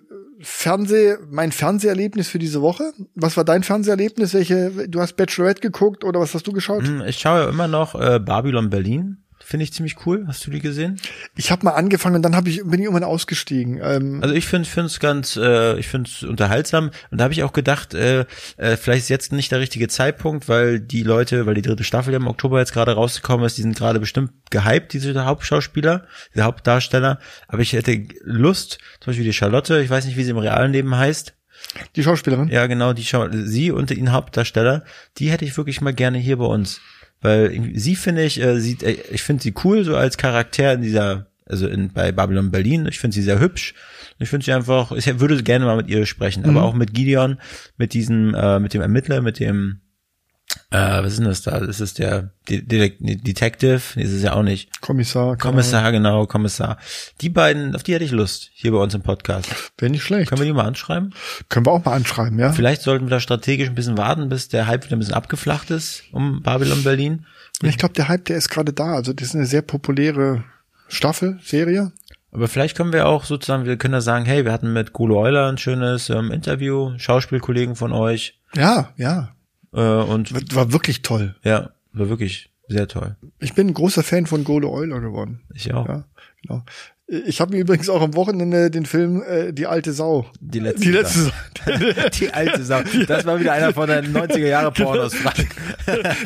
Speaker 2: Fernseh, mein Fernseherlebnis für diese Woche. Was war dein Fernseherlebnis? Welche, du hast Bachelorette geguckt oder was hast du geschaut?
Speaker 3: Hm, Ich schaue ja immer noch äh, Babylon Berlin. Finde ich ziemlich cool. Hast du die gesehen?
Speaker 2: Ich habe mal angefangen und dann hab ich, bin ich irgendwann ausgestiegen. Ähm,
Speaker 3: Also ich finde es ganz, äh, ich finde es unterhaltsam. Und da habe ich auch gedacht, äh, äh, vielleicht ist jetzt nicht der richtige Zeitpunkt, weil die Leute, weil die dritte Staffel ja im Oktober jetzt gerade rausgekommen ist, die sind gerade bestimmt gehypt, diese Hauptschauspieler, diese Hauptdarsteller. Aber ich hätte Lust, zum Beispiel die Charlotte, ich weiß nicht, wie sie im realen Leben heißt.
Speaker 2: die Schauspielerin?
Speaker 3: Ja, genau, die Schau sie und den Hauptdarsteller, die hätte ich wirklich mal gerne hier bei uns, weil irgendwie- sie finde ich äh, sieht äh, ich finde sie cool so als Charakter in dieser also in, bei Babylon Berlin, ich finde sie sehr hübsch. Ich finde sie einfach, ich hätte- würde gerne mal mit ihr sprechen, aber auch mit Gideon, mit diesem äh, mit dem Ermittler, mit dem äh, was ist denn das da? Das ist der De De Detective, nee, das ist ja auch nicht.
Speaker 2: Kommissar. keine Ahnung.
Speaker 3: Kommissar, genau, Kommissar. Die beiden, auf die hätte ich Lust, hier bei uns im Podcast.
Speaker 2: Wäre nicht schlecht.
Speaker 3: Können wir die mal anschreiben?
Speaker 2: Können wir auch mal anschreiben, ja?
Speaker 3: Vielleicht sollten wir da strategisch ein bisschen warten, bis der Hype wieder ein bisschen abgeflacht ist um Babylon Berlin.
Speaker 2: Ja, Ich glaube, der Hype, der ist gerade da. Also das ist eine sehr populäre Staffel, Serie.
Speaker 3: Aber vielleicht können wir auch sozusagen, wir können da sagen, hey, wir hatten mit Golo Euler ein schönes ähm, Interview, Schauspielkollegen von euch.
Speaker 2: Ja, ja.
Speaker 3: Äh, und
Speaker 2: Wird- War wirklich toll.
Speaker 3: ja, war wirklich sehr toll.
Speaker 2: Ich bin ein großer Fan von Golo Euler geworden.
Speaker 3: Ich auch.
Speaker 2: Ja, genau. Ich habe mir übrigens auch am Wochenende den Film äh, Die alte Sau.
Speaker 3: Die letzte
Speaker 2: Die letzte Sau.
Speaker 3: Die alte Sau. Das war wieder einer von den 90er Jahre Pornos. Frank.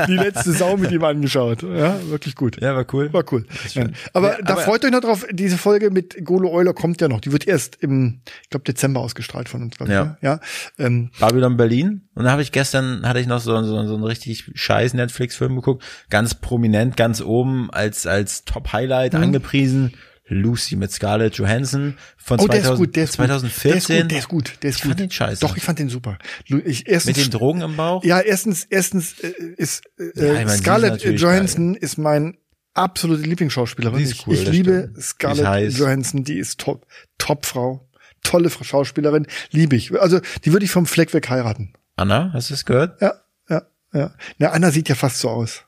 Speaker 2: Die letzte Sau mit ihm angeschaut. Ja, wirklich gut.
Speaker 3: Ja, war cool.
Speaker 2: War cool.
Speaker 3: schön.
Speaker 2: Ja. Aber
Speaker 3: Ja,
Speaker 2: da
Speaker 3: aber-
Speaker 2: freut euch noch drauf, diese Folge mit Golo Euler kommt ja noch. Die wird erst im, ich glaube, Dezember ausgestrahlt von uns. glaub ich,
Speaker 3: Ja.
Speaker 2: ne? ja? Ähm,
Speaker 3: Babylon Berlin. Und da habe ich gestern, hatte ich noch so, so, so einen richtig scheiß Netflix-Film geguckt. Ganz prominent, ganz oben als, als Top-Highlight
Speaker 2: Mhm.
Speaker 3: angepriesen. Lucy mit Scarlett Johansson von
Speaker 2: oh,
Speaker 3: 2000,
Speaker 2: der ist gut, der ist gut. Der
Speaker 3: 2014.
Speaker 2: ist gut, der ist gut. Der ist
Speaker 3: Ich
Speaker 2: gut.
Speaker 3: fand den scheiße.
Speaker 2: Doch, ich fand den super. Lu- Ich, erstens,
Speaker 3: Mit den Drogen im Bauch.
Speaker 2: Ja, erstens, erstens äh, ist
Speaker 3: Ja,
Speaker 2: äh,
Speaker 3: ich meine, die ist
Speaker 2: Scarlett
Speaker 3: natürlich
Speaker 2: Johansson ist mein absolute Lieblingsschauspielerin.
Speaker 3: Die ist
Speaker 2: Ich-
Speaker 3: cool,
Speaker 2: ich
Speaker 3: das
Speaker 2: liebe
Speaker 3: stimmt. Die ist
Speaker 2: Scarlett
Speaker 3: heiß.
Speaker 2: Johansson, die ist top, top Frau, tolle Fra- Schauspielerin, liebe ich. Also die würde ich vom Fleck weg heiraten.
Speaker 3: Anna, hast du es gehört?
Speaker 2: Ja, ja, ja. Na, Anna sieht ja fast so aus.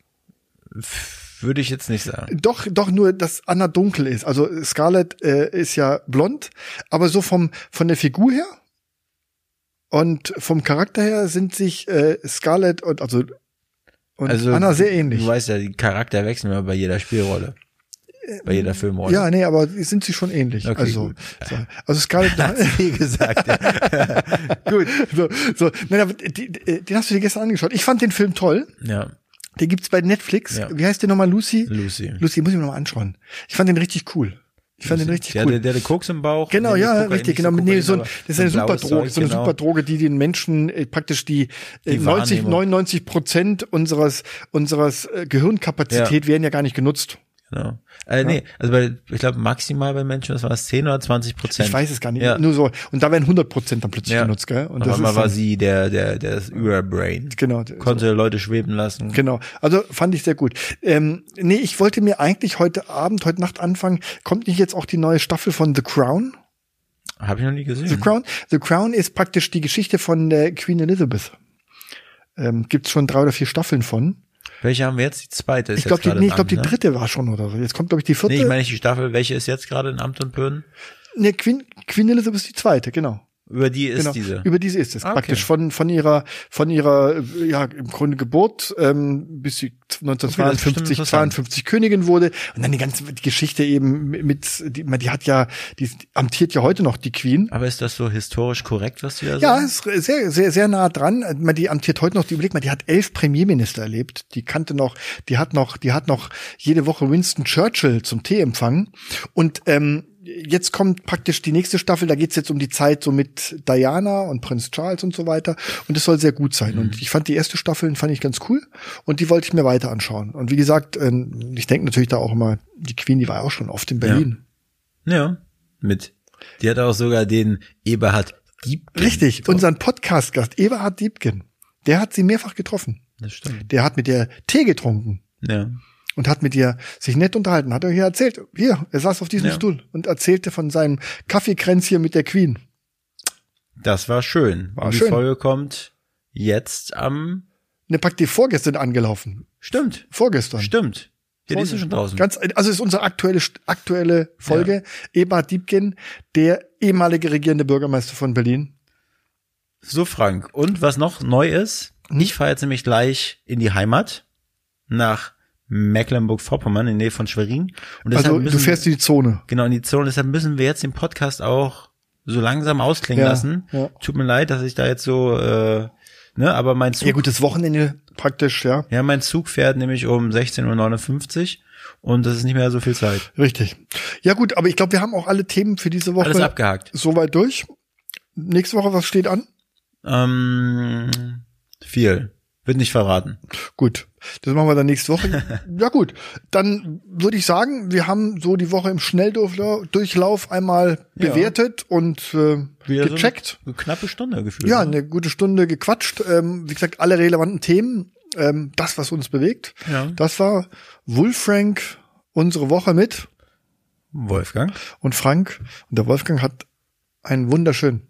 Speaker 3: Würde ich jetzt nicht sagen.
Speaker 2: Doch, doch nur, dass Anna dunkel ist. Also Scarlett äh, ist ja blond, aber so vom von der Figur her und vom Charakter her sind sich äh, Scarlett und also und Anna sehr ähnlich.
Speaker 3: Also, Du weißt ja, die Charakter wechseln immer bei jeder Spielrolle. Bei jeder Filmrolle.
Speaker 2: Äh, Ja, nee, aber sind sie schon ähnlich.
Speaker 3: Okay,
Speaker 2: also,
Speaker 3: gut.
Speaker 2: so. also Scarlett.
Speaker 3: Wie gesagt.
Speaker 2: gut. So, so. Nein, aber die, die, den hast du dir gestern angeschaut. Ich fand den Film toll.
Speaker 3: ja,
Speaker 2: Den gibt's bei Netflix.
Speaker 3: Ja.
Speaker 2: Wie heißt der nochmal? Lucy?
Speaker 3: Lucy.
Speaker 2: Lucy, muss ich mir nochmal anschauen. Ich fand den richtig cool. Ich fand den richtig
Speaker 3: der,
Speaker 2: cool.
Speaker 3: der, der hatte Koks im Bauch.
Speaker 2: Genau,
Speaker 3: Nee,
Speaker 2: ja,
Speaker 3: Kokain,
Speaker 2: richtig,
Speaker 3: nicht
Speaker 2: genau. nee, so ein,
Speaker 3: Kokain, aber
Speaker 2: das ist eine
Speaker 3: so ein blaues
Speaker 2: Superdroge,
Speaker 3: Zeug,
Speaker 2: so eine
Speaker 3: genau.
Speaker 2: Superdroge, die den Menschen äh, praktisch die, äh,
Speaker 3: Die
Speaker 2: 90,
Speaker 3: Wahrnehmung.
Speaker 2: 99 Prozent unseres, unseres äh, Gehirnkapazität werden ja gar nicht genutzt.
Speaker 3: Genau. Äh, Nee, also bei, ich glaube maximal bei Menschen, das war es 10 oder 20 Prozent.
Speaker 2: Ich weiß es gar nicht.
Speaker 3: Ja.
Speaker 2: Nur so. Und da werden 100 Prozent dann plötzlich
Speaker 3: Ja.
Speaker 2: genutzt, gell?
Speaker 3: Und
Speaker 2: Und
Speaker 3: auf
Speaker 2: das
Speaker 3: einmal
Speaker 2: ist
Speaker 3: war
Speaker 2: dann-
Speaker 3: sie der, der, der ist Überbrain.
Speaker 2: Genau.
Speaker 3: Konnte Leute schweben lassen.
Speaker 2: Genau, also fand ich sehr gut. Ähm, nee, ich wollte mir eigentlich heute Abend, heute Nacht anfangen, kommt nicht jetzt auch die neue Staffel von The Crown?
Speaker 3: Habe ich noch nie gesehen.
Speaker 2: The Crown? The Crown ist praktisch die Geschichte von der Queen Elizabeth. Ähm, Gibt schon drei oder vier Staffeln von.
Speaker 3: Welche haben wir jetzt? Die zweite ist
Speaker 2: Ich glaube,
Speaker 3: jetzt
Speaker 2: die,
Speaker 3: gerade
Speaker 2: nee,
Speaker 3: im
Speaker 2: ich glaub, die
Speaker 3: Amt, ne?
Speaker 2: dritte war schon oder so. Jetzt kommt, glaube ich, die vierte.
Speaker 3: Nee, ich meine nicht die Staffel. Welche ist jetzt gerade in Amt und Böden?
Speaker 2: nee, Queen, Queen Elizabeth die zweite, genau.
Speaker 3: Über die ist
Speaker 2: genau.
Speaker 3: diese.
Speaker 2: Über diese ist es.
Speaker 3: Ah, okay.
Speaker 2: Praktisch von, von ihrer, von ihrer, äh, ja, im Grunde Geburt, ähm, bis sie
Speaker 3: Okay, das ist
Speaker 2: 1952,
Speaker 3: bestimmt
Speaker 2: 52 Königin wurde. Und dann die ganze die Geschichte eben mit, die, man, die hat ja, die amtiert ja heute noch die Queen.
Speaker 3: Aber ist das so historisch korrekt, was du da
Speaker 2: Ja,
Speaker 3: sagst?
Speaker 2: ist sehr, sehr, sehr nah dran. Man, die amtiert heute noch, die überlegt man, die hat elf Premierminister erlebt. Die kannte noch, die hat noch, die hat noch jede Woche Winston Churchill zum Tee empfangen. Und ähm, jetzt kommt praktisch die nächste Staffel, da geht's jetzt um die Zeit so mit Diana und Prinz Charles und so weiter. Und es soll sehr gut sein. Und ich fand die erste Staffel, fand ich ganz cool. Und die wollte ich mir weiter anschauen. Und wie gesagt, ähm, ich denke natürlich da auch immer, die Queen, die war ja auch schon oft in Berlin.
Speaker 3: Ja. Mit. Die hat auch sogar den Eberhard Dieb.
Speaker 2: Richtig, unseren Podcast-Gast, Eberhard Diebken, der hat sie mehrfach getroffen.
Speaker 3: Das stimmt.
Speaker 2: Der hat mit ihr Tee getrunken
Speaker 3: Ja.
Speaker 2: und hat mit ihr sich nett unterhalten. Hat er hier erzählt. Hier, er saß auf diesem
Speaker 3: Ja.
Speaker 2: Stuhl und erzählte von seinem Kaffeekränzchen mit der Queen.
Speaker 3: Das war schön.
Speaker 2: War
Speaker 3: Und die
Speaker 2: schön.
Speaker 3: Folge kommt jetzt am.
Speaker 2: Ne, praktisch vorgestern angelaufen.
Speaker 3: Stimmt.
Speaker 2: Vorgestern.
Speaker 3: Stimmt. Ja, die ist ja
Speaker 2: Vorgestern.
Speaker 3: schon draußen.
Speaker 2: Ganz, also ist unsere aktuelle, aktuelle Folge. Eberhard Diebken, der ehemalige regierende Bürgermeister von Berlin.
Speaker 3: so, Frank. Und was noch neu ist,
Speaker 2: Hm?
Speaker 3: ich fahre jetzt nämlich gleich in die Heimat nach Mecklenburg-Vorpommern in der Nähe von Schwerin. Und deshalb
Speaker 2: Also
Speaker 3: müssen,
Speaker 2: du fährst in die Zone.
Speaker 3: genau in die Zone. Deshalb müssen wir jetzt den Podcast auch so langsam ausklingen
Speaker 2: Ja,
Speaker 3: lassen.
Speaker 2: ja.
Speaker 3: Tut mir leid, dass ich da jetzt so, äh, ne, aber mein Zug
Speaker 2: Ja, gutes Wochenende praktisch, ja.
Speaker 3: Ja, mein Zug fährt nämlich um 16.59 Uhr und das ist nicht mehr so viel Zeit.
Speaker 2: Richtig. Ja gut, aber ich glaube, wir haben auch alle Themen für diese Woche
Speaker 3: Alles abgehakt.
Speaker 2: soweit durch. Nächste Woche, was steht an?
Speaker 3: Ähm, viel. Wird nicht verraten.
Speaker 2: Gut, das machen wir dann nächste Woche. ja gut, dann würde ich sagen, wir haben so die Woche im Schnelldurchlauf einmal
Speaker 3: Ja.
Speaker 2: bewertet und äh,
Speaker 3: Wieder
Speaker 2: gecheckt.
Speaker 3: So eine knappe Stunde gefühlt.
Speaker 2: ja,
Speaker 3: ne?
Speaker 2: eine gute Stunde gequatscht. Ähm, wie gesagt, alle relevanten Themen, ähm, das, was uns bewegt.
Speaker 3: Ja.
Speaker 2: Das war Wolfrank, unsere Woche mit
Speaker 3: Wolfgang.
Speaker 2: und Frank. Und der Wolfgang hat einen wunderschönen,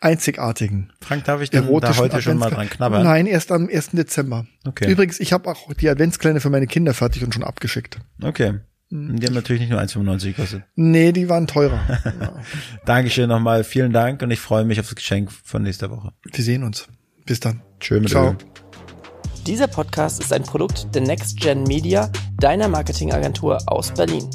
Speaker 2: einzigartigen
Speaker 3: Frank, darf ich denn Hm, da
Speaker 2: erotischen
Speaker 3: heute schon mal
Speaker 2: Adventskle-
Speaker 3: dran knabbern?
Speaker 2: Nein, erst am 1. Dezember.
Speaker 3: Okay.
Speaker 2: Übrigens, ich habe auch die Adventskleine für meine Kinder fertig und schon abgeschickt.
Speaker 3: Okay. Die haben natürlich nicht nur 1,95 gekostet.
Speaker 2: Nee, die waren teurer. ja.
Speaker 3: Dankeschön nochmal, vielen Dank und ich freue mich auf das Geschenk von nächster Woche.
Speaker 2: Wir sehen uns. Bis dann.
Speaker 3: Schön mit
Speaker 2: Ciao.
Speaker 3: Öl.
Speaker 4: Dieser Podcast ist ein Produkt der Next Gen Media, deiner Marketingagentur aus Berlin.